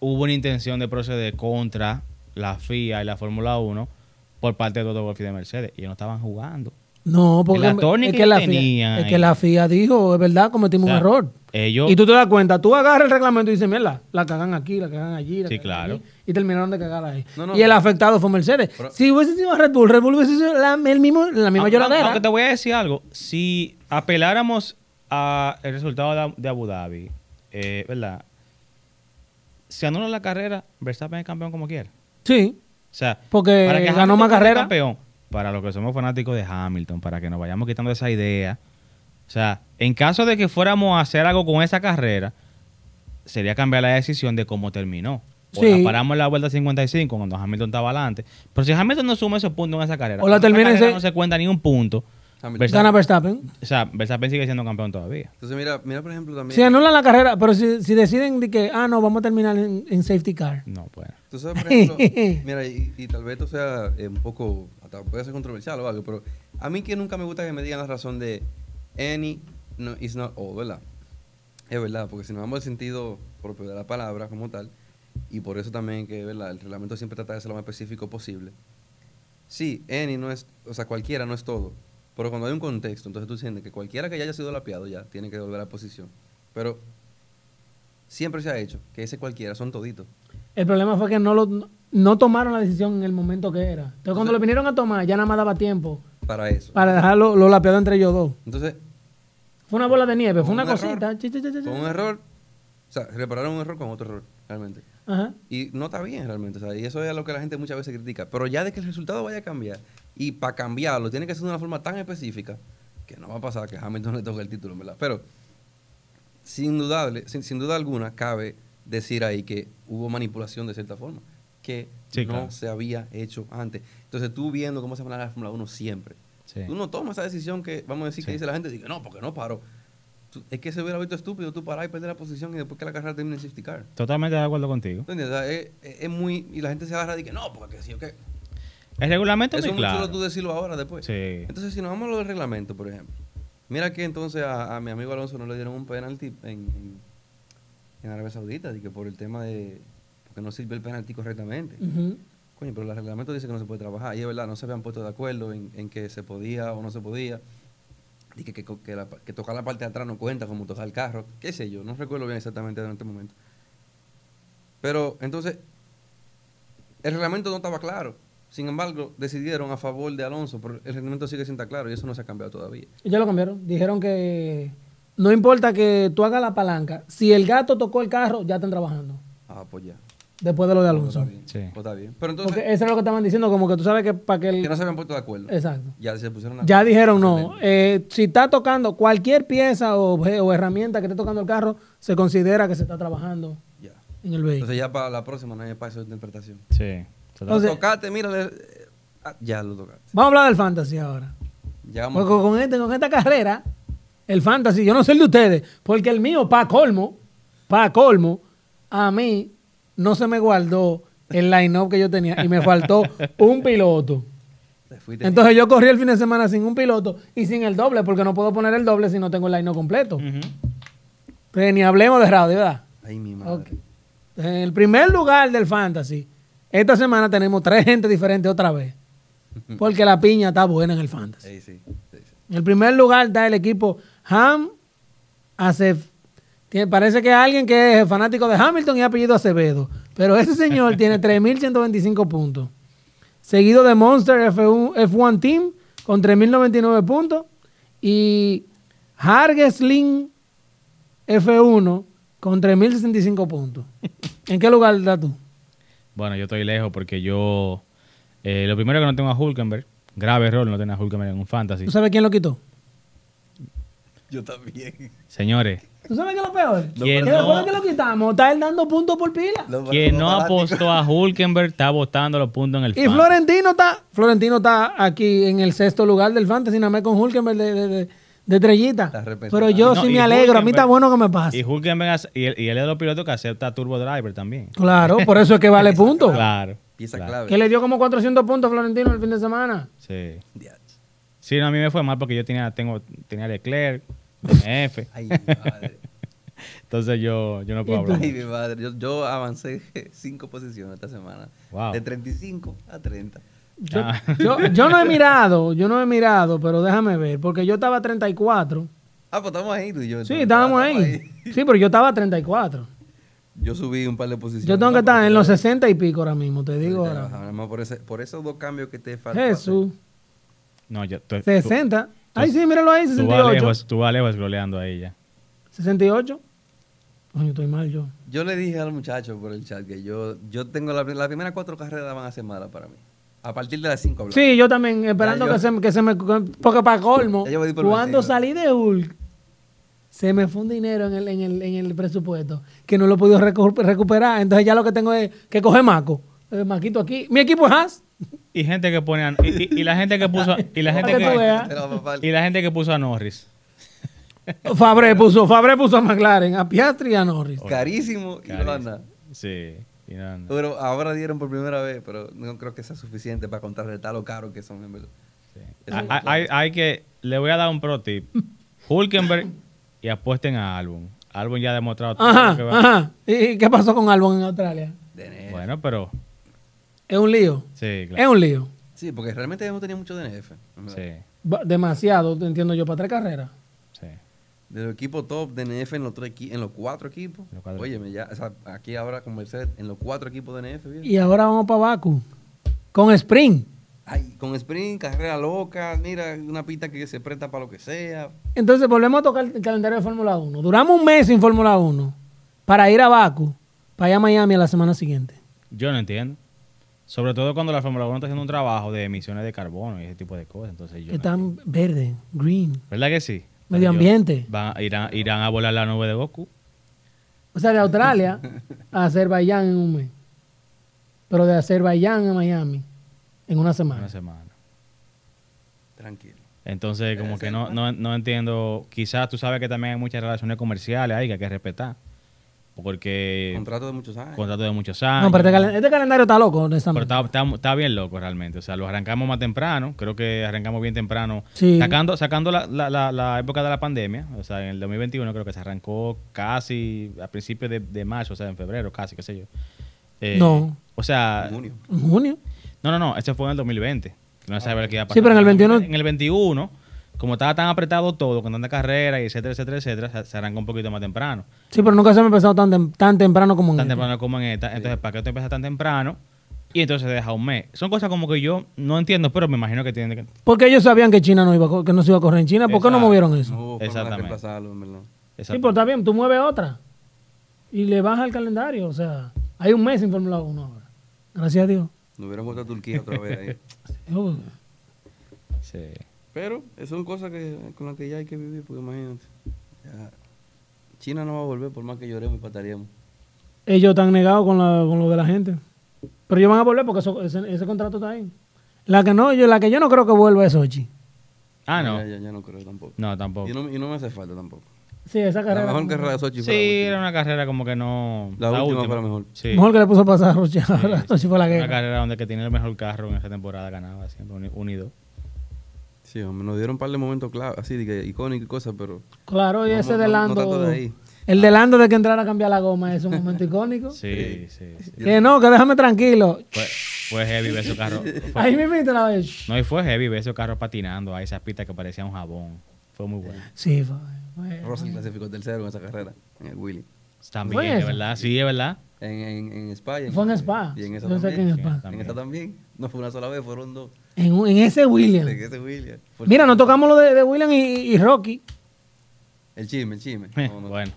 [SPEAKER 2] hubo una intención de proceder contra la FIA y la Fórmula 1 por parte de Toto Wolff y de Mercedes. Y ellos no estaban jugando.
[SPEAKER 1] No, porque
[SPEAKER 2] El attorney
[SPEAKER 1] es
[SPEAKER 2] que
[SPEAKER 1] que, la
[SPEAKER 2] tenía
[SPEAKER 1] FIA, es
[SPEAKER 2] ahí.
[SPEAKER 1] que la FIA dijo, es verdad, cometimos
[SPEAKER 2] O sea,
[SPEAKER 1] un error.
[SPEAKER 2] Ellos,
[SPEAKER 1] Y tú te das cuenta, tú agarras el reglamento y dices, mierda, la cagan aquí, la cagan allí. la
[SPEAKER 2] Sí,
[SPEAKER 1] cagan
[SPEAKER 2] claro.
[SPEAKER 1] allí", y terminaron de cagar ahí.
[SPEAKER 3] No, no,
[SPEAKER 1] y el
[SPEAKER 3] no.
[SPEAKER 1] afectado fue Mercedes.
[SPEAKER 3] Pero-
[SPEAKER 1] si hubiese sido Red Bull, Red Bull hubiese sido la, el mismo, la misma
[SPEAKER 2] Aunque-
[SPEAKER 1] lloradera.
[SPEAKER 2] Aunque te voy a decir algo. Si apeláramos a el resultado de- de Abu Dhabi, eh, ¿verdad? Se anula la carrera, Verstappen es campeón como quiera.
[SPEAKER 1] Sí,
[SPEAKER 2] O sea,
[SPEAKER 1] Porque ganó
[SPEAKER 2] Hamilton
[SPEAKER 1] más
[SPEAKER 2] sea
[SPEAKER 1] carrera.
[SPEAKER 2] Campeón, para los que somos fanáticos de Hamilton, para que nos vayamos quitando esa idea. O sea, en caso de que fuéramos a hacer algo con esa carrera, sería cambiar la decisión de cómo terminó. O
[SPEAKER 1] Sí.
[SPEAKER 2] la paramos en la vuelta 55 cuando Hamilton estaba adelante. Pero si Hamilton no suma esos puntos en esa carrera,
[SPEAKER 1] O la
[SPEAKER 2] en esa
[SPEAKER 1] termina en
[SPEAKER 2] carrera
[SPEAKER 1] se-
[SPEAKER 2] no se cuenta ni un punto.
[SPEAKER 3] Hamilton.
[SPEAKER 2] Verstappen-
[SPEAKER 1] gana Verstappen.
[SPEAKER 2] o sea, Verstappen sigue siendo campeón todavía.
[SPEAKER 3] Entonces, mira, mira, por ejemplo, también.
[SPEAKER 1] Si anulan la carrera, pero si, si deciden de que, ah, no, vamos a terminar en, en safety car.
[SPEAKER 2] No, bueno.
[SPEAKER 3] Tú sabes, por ejemplo, mira, y, y tal vez esto sea eh, un poco, hasta puede ser controversial o algo, pero a mí que nunca me gusta que me digan la razón de any no, is not all, ¿verdad? Es verdad, porque si nos vamos al sentido propio de la palabra como tal, y por eso también que, ¿verdad? El reglamento siempre trata de ser lo más específico posible. Sí, any no es, o sea, cualquiera no es todo, pero cuando hay un contexto, entonces tú entiendes que cualquiera que ya haya sido lapiado ya tiene que devolver la posición. Pero siempre se ha hecho que ese cualquiera son toditos.
[SPEAKER 1] El problema fue que no lo no tomaron la decisión en el momento que era. Entonces, cuando lo vinieron a tomar, ya nada más daba tiempo
[SPEAKER 3] Para eso.
[SPEAKER 1] para dejarlo lo lapeado entre ellos dos.
[SPEAKER 3] Entonces,
[SPEAKER 1] Fue una bola de nieve, fue
[SPEAKER 3] Con
[SPEAKER 1] una
[SPEAKER 3] un error.
[SPEAKER 1] cosita. Chi, chi, chi, chi, chi.
[SPEAKER 3] con un error, o sea, repararon un error con otro error, realmente.
[SPEAKER 1] Ajá.
[SPEAKER 3] Y no está bien, realmente. O sea, y eso es lo que la gente muchas veces critica. Pero ya de que el resultado vaya a cambiar, y para cambiarlo, tiene que ser de una forma tan específica que no va a pasar que Hamilton le toque el título, ¿verdad? Pero, sin, dudable, sin, sin duda alguna, cabe decir ahí que hubo manipulación de cierta forma, que
[SPEAKER 2] Sí,
[SPEAKER 3] no
[SPEAKER 2] claro.
[SPEAKER 3] se había hecho antes. Entonces, tú viendo cómo se maneja la Fórmula 1 siempre,
[SPEAKER 2] Sí.
[SPEAKER 3] Tú no tomas esa decisión que, vamos a decir, que
[SPEAKER 2] Sí.
[SPEAKER 3] dice la gente, dice, no, porque no paro. Tú- es que se hubiera visto estúpido tú parar y perder la posición y después que la carrera termine en safety car.
[SPEAKER 2] Totalmente de acuerdo contigo.
[SPEAKER 3] ¿Entiendes? O sea, es, es- es muy... Y la gente se agarra y dice, no, porque sí, ok.
[SPEAKER 2] El regulamento
[SPEAKER 3] Eso
[SPEAKER 2] es
[SPEAKER 3] es
[SPEAKER 2] muy
[SPEAKER 3] muy
[SPEAKER 2] claro.
[SPEAKER 3] chulo tú decirlo ahora, después.
[SPEAKER 2] Sí.
[SPEAKER 3] Entonces, si nos vamos a lo del reglamento, por ejemplo. Mira que entonces a, a mi amigo Alonso no le dieron un penalti en, en, en Arabia Saudita, y que por el tema de... Porque no sirvió el penalti correctamente.
[SPEAKER 1] Ujú.
[SPEAKER 3] Coño, pero el reglamento dice que no se puede trabajar. Y es verdad, no se habían puesto de acuerdo en, en que se podía o no se podía. Y que, que, que la- que tocar la parte de atrás no cuenta como tocar el carro. Qué sé yo, no recuerdo bien exactamente en este momento. Pero entonces, el reglamento no estaba claro. Sin embargo, decidieron a favor de Alonso, pero el reglamento sigue sin estar claro y eso no se ha cambiado todavía.
[SPEAKER 1] Ya lo cambiaron. Dijeron que no importa que tú hagas la palanca, si el gato tocó el carro, ya están trabajando.
[SPEAKER 3] Ah, pues ya.
[SPEAKER 1] Después de lo de
[SPEAKER 3] Pues
[SPEAKER 1] Alonso. eh,
[SPEAKER 3] está bien.
[SPEAKER 2] Sí.
[SPEAKER 3] Pues está bien. Pero entonces,
[SPEAKER 1] Porque eso era lo que estaban diciendo, como que tú sabes que para que el...
[SPEAKER 3] que no se habían puesto de acuerdo.
[SPEAKER 1] Exacto.
[SPEAKER 3] Ya se pusieron a-
[SPEAKER 1] Ya dijeron no. eh, si está tocando cualquier pieza o, obje- o herramienta que esté tocando el carro, se considera que se está trabajando
[SPEAKER 3] Ya.
[SPEAKER 1] en el vehículo.
[SPEAKER 3] Entonces ya para la próxima no hay espacio de interpretación.
[SPEAKER 2] Sí.
[SPEAKER 3] Lo
[SPEAKER 1] Entonces-
[SPEAKER 3] tocaste, mira. le- eh, ah, ya lo tocaste.
[SPEAKER 1] Vamos a hablar del fantasy ahora.
[SPEAKER 3] Llegamos.
[SPEAKER 1] Porque con, este- con esta carrera, el fantasy, yo no sé el de ustedes, porque el mío, pa' colmo, pa' colmo, a mí no se me guardó el line-up que yo tenía y me faltó un piloto.
[SPEAKER 3] Te fuiste.
[SPEAKER 1] Entonces yo corrí el fin de semana sin un piloto y sin el doble, porque no puedo poner el doble si no tengo el line-up completo.
[SPEAKER 2] Ujú.
[SPEAKER 1] Entonces, ni hablemos de radio, ¿verdad?
[SPEAKER 3] Ay, mi madre.
[SPEAKER 1] Ok. En el primer lugar del fantasy, esta semana tenemos tres gente diferente otra vez, porque la piña está buena en el fantasy.
[SPEAKER 3] Ey, sí, sí, sí.
[SPEAKER 1] En el primer lugar está el equipo Ham Acef. Tiene- Parece que es alguien que es fanático de Hamilton y apellido Acevedo. Pero ese señor tiene 3.125 puntos. Seguido de Monster F1, F1 Team con 3.099 puntos. Y Hargesling F1 con 3.065 puntos. ¿En qué lugar estás tú?
[SPEAKER 2] Bueno, yo estoy lejos porque yo. eh, lo primero que no tengo a Hulkenberg. Grave error no tener a Hulkenberg en un fantasy.
[SPEAKER 1] ¿Tú sabes quién lo quitó?
[SPEAKER 3] Yo también.
[SPEAKER 2] Señores,
[SPEAKER 1] ¿Tú sabes qué es lo peor?
[SPEAKER 2] No,
[SPEAKER 1] que
[SPEAKER 2] pero
[SPEAKER 1] después
[SPEAKER 2] no.
[SPEAKER 1] de que lo quitamos, está él dando puntos por pila.
[SPEAKER 2] quien no apostó a Hulkenberg está botando los puntos en el
[SPEAKER 1] Y
[SPEAKER 2] fantasy.
[SPEAKER 1] Florentino está, Florentino está aquí en el sexto lugar del Fantasy, nada más con Hulkenberg de, de, de- de estrellita.
[SPEAKER 3] Está arrepentido.
[SPEAKER 1] Pero yo
[SPEAKER 2] No,
[SPEAKER 1] sí
[SPEAKER 2] y
[SPEAKER 1] me alegro, a mí
[SPEAKER 2] Hulkenberg-
[SPEAKER 1] está bueno que me pase.
[SPEAKER 2] Y Hulkenberg hace- y él, y él es de los pilotos que acepta Turbo Driver también.
[SPEAKER 1] Claro, por eso es que vale puntos.
[SPEAKER 2] Claro.
[SPEAKER 3] Pieza
[SPEAKER 2] claro.
[SPEAKER 3] clave.
[SPEAKER 1] Que le dio como 400 puntos a Florentino el fin de semana.
[SPEAKER 2] Sí.
[SPEAKER 3] Diache.
[SPEAKER 2] Sí, no, a mí me fue mal porque yo tenía, tengo, tenía Leclerc, DNF.
[SPEAKER 3] Ay, mi madre.
[SPEAKER 2] Entonces yo, yo no puedo
[SPEAKER 1] ¿Y tú?
[SPEAKER 2] hablar.
[SPEAKER 3] Ay, mi madre. Yo, yo avancé cinco posiciones esta semana.
[SPEAKER 2] Wow.
[SPEAKER 3] De 35 a 30.
[SPEAKER 1] Yo,
[SPEAKER 2] Ah.
[SPEAKER 1] yo- yo no he mirado, yo no he mirado, pero déjame ver, porque yo estaba 34.
[SPEAKER 3] Ah, pues estamos ahí tú y yo.
[SPEAKER 1] Sí,
[SPEAKER 3] entonces.
[SPEAKER 1] estábamos
[SPEAKER 3] Ah,
[SPEAKER 1] ahí. Sí, pero yo estaba 34.
[SPEAKER 3] Yo subí un par de posiciones.
[SPEAKER 1] Yo tengo que
[SPEAKER 3] Ah,
[SPEAKER 1] estar
[SPEAKER 3] pues,
[SPEAKER 1] en
[SPEAKER 3] ya-
[SPEAKER 1] los 60 y pico ahora mismo, te digo
[SPEAKER 3] ya
[SPEAKER 1] ahora.
[SPEAKER 3] bajamos, nada más por, ese- por esos dos cambios que te faltan.
[SPEAKER 1] Jesús,
[SPEAKER 2] No, yo, tú, tú-
[SPEAKER 1] 60. Ay, sí, míralo ahí,
[SPEAKER 2] Eh, tú vas
[SPEAKER 1] 68.
[SPEAKER 2] lejos, tú vas lejos scrolleando ahí ya.
[SPEAKER 1] 68. Coño, estoy mal yo.
[SPEAKER 3] Yo le dije al muchacho por el chat que yo, yo tengo la- las primeras cuatro carreras van a ser malas para mí. A partir de las cinco hablamos.
[SPEAKER 1] Sí, yo también, esperando
[SPEAKER 3] Ya, yo-
[SPEAKER 1] que, se, me- que se me... Porque para colmo,
[SPEAKER 3] Ya yo voy por
[SPEAKER 1] cuando
[SPEAKER 3] vencido.
[SPEAKER 1] salí de Hulk, se me fue un dinero en el, en el, en el presupuesto que no lo he podido recu- recuperar. Entonces ya lo que tengo es que coger Maco. Eh, Maquito aquí. Mi equipo es Haas.
[SPEAKER 2] Y gente que pone a, y, y- y la gente que puso a- y la gente
[SPEAKER 1] Para que tú
[SPEAKER 2] que,
[SPEAKER 1] veas.
[SPEAKER 3] Te la va a faltar.
[SPEAKER 2] y la gente que puso a Norris.
[SPEAKER 1] Fabre puso, Fabre puso a McLaren, a Piastri y a Norris.
[SPEAKER 3] Carísimo y no dan nada.
[SPEAKER 2] Sí. y no, no.
[SPEAKER 3] Pero ahora dieron por primera vez, pero no creo que sea suficiente para contrarrestar lo caro que son, en verdad.
[SPEAKER 2] Sí.
[SPEAKER 3] Eso
[SPEAKER 2] Ah,
[SPEAKER 3] es
[SPEAKER 2] ah, Hay, hay que, le voy a dar un pro tip. Hulkenberg y apuesten a Albon. Albon ya ha demostrado todo lo que
[SPEAKER 1] Ajá,
[SPEAKER 2] va.
[SPEAKER 1] ajá. ¿Y y qué pasó con Albon en Australia?
[SPEAKER 3] DNF.
[SPEAKER 2] Bueno, pero
[SPEAKER 1] Es un lío.
[SPEAKER 2] sí,
[SPEAKER 1] Es
[SPEAKER 2] claro.
[SPEAKER 1] un lío.
[SPEAKER 3] Sí, porque realmente yo no tenía mucho DNF.
[SPEAKER 1] Eh.
[SPEAKER 3] en verdad.
[SPEAKER 2] Sí,
[SPEAKER 1] Ba- Demasiado, entiendo yo, para tres carreras.
[SPEAKER 2] sí.
[SPEAKER 3] De los equipos top, DNF en los, tres, equi- en los cuatro equipos.
[SPEAKER 2] Los cuatro
[SPEAKER 3] Óyeme, ya, o sea, aquí ahora con Mercedes, en los cuatro equipos DNF. viejo.
[SPEAKER 1] Y ahora vamos para Baku. Con Spring.
[SPEAKER 3] Ay, con sprint, carrera loca, mira, una pista que se presta para lo que sea.
[SPEAKER 1] Entonces volvemos a tocar el calendario de Fórmula 1. Duramos un mes sin Fórmula 1 para ir a Baku, para ir a Miami a la semana siguiente.
[SPEAKER 2] Yo no entiendo. Sobre todo cuando la Fórmula 1 está haciendo un trabajo de emisiones de carbono y ese tipo de cosas. Entonces
[SPEAKER 1] que
[SPEAKER 2] yo no-
[SPEAKER 1] están verde, green,
[SPEAKER 2] ¿Verdad que sí?
[SPEAKER 1] medio
[SPEAKER 2] Ellos
[SPEAKER 1] ambiente.
[SPEAKER 2] van a- irán, irán a volar la nube de Goku.
[SPEAKER 1] O sea, de Australia a Azerbaiyán en un mes. Pero de Azerbaiyán a Miami en una semana.
[SPEAKER 2] Una semana.
[SPEAKER 3] Tranquilo.
[SPEAKER 2] Entonces, como que no, no, no entiendo. Quizás tú sabes que también hay muchas relaciones comerciales ahí que hay que respetar. Porque
[SPEAKER 3] Contrato de muchos años.
[SPEAKER 2] contrato de muchos años.
[SPEAKER 1] No, pero este, calen- este calendario está loco,
[SPEAKER 2] Pero
[SPEAKER 1] honestamente.
[SPEAKER 2] está, está- está bien loco realmente. O sea, lo arrancamos más temprano. Creo que arrancamos bien temprano.
[SPEAKER 1] Sí.
[SPEAKER 2] Sacando, sacando la, la- la- la época de la pandemia. O sea, en el 2021 creo que se arrancó casi a principios de, de marzo. O sea, en febrero casi, qué sé yo. Eh,
[SPEAKER 1] No.
[SPEAKER 2] O sea,
[SPEAKER 3] En junio.
[SPEAKER 1] En junio.
[SPEAKER 2] no, no, no, ese fue en el 2020. que No se sabía lo que iba a
[SPEAKER 1] Ah,
[SPEAKER 2] pasar.
[SPEAKER 1] Sí, pero en el 21.
[SPEAKER 2] En el 21, como estaba tan apretado todo, con tanta carrera y etcétera, etcétera, etcétera, se- se arrancó un poquito más temprano.
[SPEAKER 1] Sí, pero nunca se me ha empezado tan, tem- tan temprano como en
[SPEAKER 2] Tan
[SPEAKER 1] este.
[SPEAKER 2] temprano como en esta. Entonces, ¿para qué tú empiezas tan temprano? Y entonces deja un mes. Son cosas como que yo no entiendo, pero me imagino que tienen que...
[SPEAKER 1] Porque ellos sabían que China no iba a co- que no se iba a correr en China. ¿Por qué no
[SPEAKER 2] Exacto.
[SPEAKER 1] movieron eso?
[SPEAKER 3] No hubo forma de
[SPEAKER 2] Exactamente.
[SPEAKER 3] reemplazarlo, en verdad.
[SPEAKER 1] Sí, pero está bien, tú mueves otra y le bajas el calendario. O sea, hay un mes en Fórmula 1 ahora. Gracias a Dios.
[SPEAKER 3] Nos hubieran vuelto a Turquía otra vez ahí.
[SPEAKER 1] Yo-
[SPEAKER 2] Sí.
[SPEAKER 3] Pero esas son cosas que, con las que ya hay que vivir, porque imagínate. ya. China no va a volver por más que lloremos y pataríamos.
[SPEAKER 1] ellos están negados con, la- con lo de la gente. Pero ellos van a volver porque eso- ese, ese contrato está ahí. La que, no, yo, la que yo no creo que vuelva es Sochi.
[SPEAKER 2] Ah,
[SPEAKER 3] Ya,
[SPEAKER 2] no.
[SPEAKER 3] ya- ya no creo tampoco.
[SPEAKER 2] No, tampoco.
[SPEAKER 3] Y no, y no me hace falta tampoco.
[SPEAKER 1] Sí, esa
[SPEAKER 3] La
[SPEAKER 1] carrera.
[SPEAKER 3] mejor carrera de Sochi fue la
[SPEAKER 2] Sí,
[SPEAKER 3] última.
[SPEAKER 2] era una carrera como que no...
[SPEAKER 3] La última fue la mejor.
[SPEAKER 2] Sí.
[SPEAKER 1] Mejor que le puso a pasar a Sochi ahora.
[SPEAKER 2] Sí,
[SPEAKER 1] Sochi fue la
[SPEAKER 2] Una
[SPEAKER 1] guerra.
[SPEAKER 2] carrera donde el que tiene el mejor carro en esta temporada ganaba siempre uni- unido.
[SPEAKER 3] Sí, hombre, nos dieron un par de momentos clave, así, de que icónicos y cosas, pero
[SPEAKER 1] Claro, y
[SPEAKER 3] No, no,
[SPEAKER 1] ese
[SPEAKER 3] no,
[SPEAKER 1] de
[SPEAKER 3] no
[SPEAKER 1] Lando.
[SPEAKER 3] tanto de ahí.
[SPEAKER 1] el de Lando de que entrara a cambiar la goma es un momento icónico.
[SPEAKER 2] Sí, sí. sí.
[SPEAKER 1] Que no, que déjame tranquilo.
[SPEAKER 2] Fue, fue heavy ver su carro. fue-
[SPEAKER 1] Ahí me la vez.
[SPEAKER 2] No, y fue heavy ver esos carros patinando a esas pistas que parecían un jabón. Fue muy bueno.
[SPEAKER 1] Sí, fue- fue-
[SPEAKER 3] Russell clasificó tercero en esa carrera, en el Willy.
[SPEAKER 2] También,
[SPEAKER 1] ¿Fue
[SPEAKER 2] es
[SPEAKER 1] eso?
[SPEAKER 2] verdad. Sí, es verdad.
[SPEAKER 3] En, en, en Spa. y en-
[SPEAKER 1] Fue en Spa.
[SPEAKER 3] Y en esa
[SPEAKER 1] Yo sé que
[SPEAKER 3] también.
[SPEAKER 1] en
[SPEAKER 2] Sí,
[SPEAKER 1] Spa.
[SPEAKER 3] En esa también. No fue una sola vez, fueron dos.
[SPEAKER 1] En, un- en ese William.
[SPEAKER 3] En ese Willy. Fue-
[SPEAKER 1] Mira, no tocamos lo de, de William y, y Rocky.
[SPEAKER 3] El chisme, el chisme.
[SPEAKER 2] Eh,
[SPEAKER 3] No, no.
[SPEAKER 2] Bueno.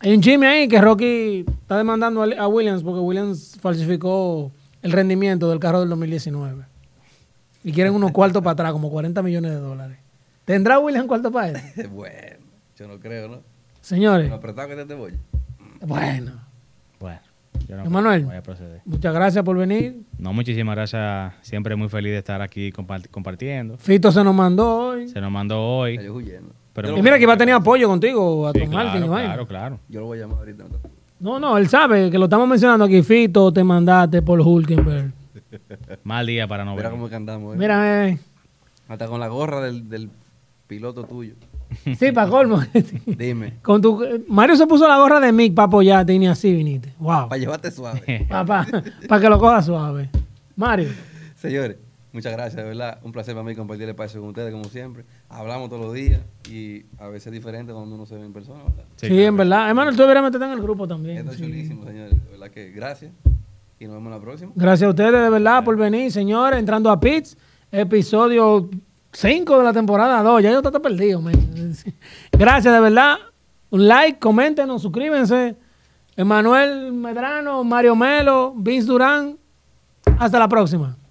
[SPEAKER 1] Hay un chisme ahí que Rocky está demandando a- a Williams porque Williams falsificó el rendimiento del carro del 2019. Y quieren unos cuartos para atrás, como 40 millones de dólares. ¿Tendrá Williams cuarto para eso?
[SPEAKER 3] Este, bueno, yo no creo, ¿no?
[SPEAKER 1] Señores,
[SPEAKER 3] Lo apretado que te, te voy.
[SPEAKER 1] bueno.
[SPEAKER 2] Bueno, yo no
[SPEAKER 1] Emanuel.
[SPEAKER 2] voy a proceder.
[SPEAKER 1] Muchas gracias por venir.
[SPEAKER 2] No, muchísimas gracias. Siempre muy feliz de estar aquí comparti- compartiendo.
[SPEAKER 1] Fito se nos mandó hoy.
[SPEAKER 2] Se nos mandó hoy.
[SPEAKER 3] Salió huyendo.
[SPEAKER 2] Pero
[SPEAKER 1] Y mira que iba a tener apoyo contigo, a
[SPEAKER 2] Sí,
[SPEAKER 1] Tom Martin
[SPEAKER 2] claro,
[SPEAKER 1] y vaina.
[SPEAKER 2] claro, claro.
[SPEAKER 3] Yo lo voy a llamar ahorita. ¿no?
[SPEAKER 1] No, no, él sabe que lo estamos mencionando aquí. Fito, te mandaste por Hulkenberg.
[SPEAKER 2] Mal día para no
[SPEAKER 3] Mira
[SPEAKER 2] ver.
[SPEAKER 3] cómo que andamos. ¿eh?
[SPEAKER 1] Mira, eh.
[SPEAKER 3] Hasta con la gorra del, del piloto tuyo.
[SPEAKER 1] Sí, para colmo.
[SPEAKER 3] Dime.
[SPEAKER 1] Con tu, Mario se puso la gorra de Mick para apoyarte y ni así viniste. Wow.
[SPEAKER 3] Para llevarte suave.
[SPEAKER 1] Papá, para que lo coja suave. Mario,
[SPEAKER 3] Señores, muchas gracias, de verdad. Un placer para mí compartir el espacio con ustedes, como siempre. Hablamos todos los días y a veces es diferente cuando uno se ve en persona, ¿verdad?
[SPEAKER 1] sí, en verdad. Hermano, tú deberías meterte en el grupo también.
[SPEAKER 3] Está
[SPEAKER 1] sí.
[SPEAKER 3] chulísimo, señores. De verdad que gracias. Y nos vemos en la próxima.
[SPEAKER 1] Gracias a ustedes, de verdad, por venir, señores. Entrando a Pits, episodio 5 de la temporada 2. Ya yo está perdido, man. Gracias, de verdad. Un like, coméntenos, suscríbanse. Emanuel Medrano, Mario Melo, Vince Durán. Hasta la próxima.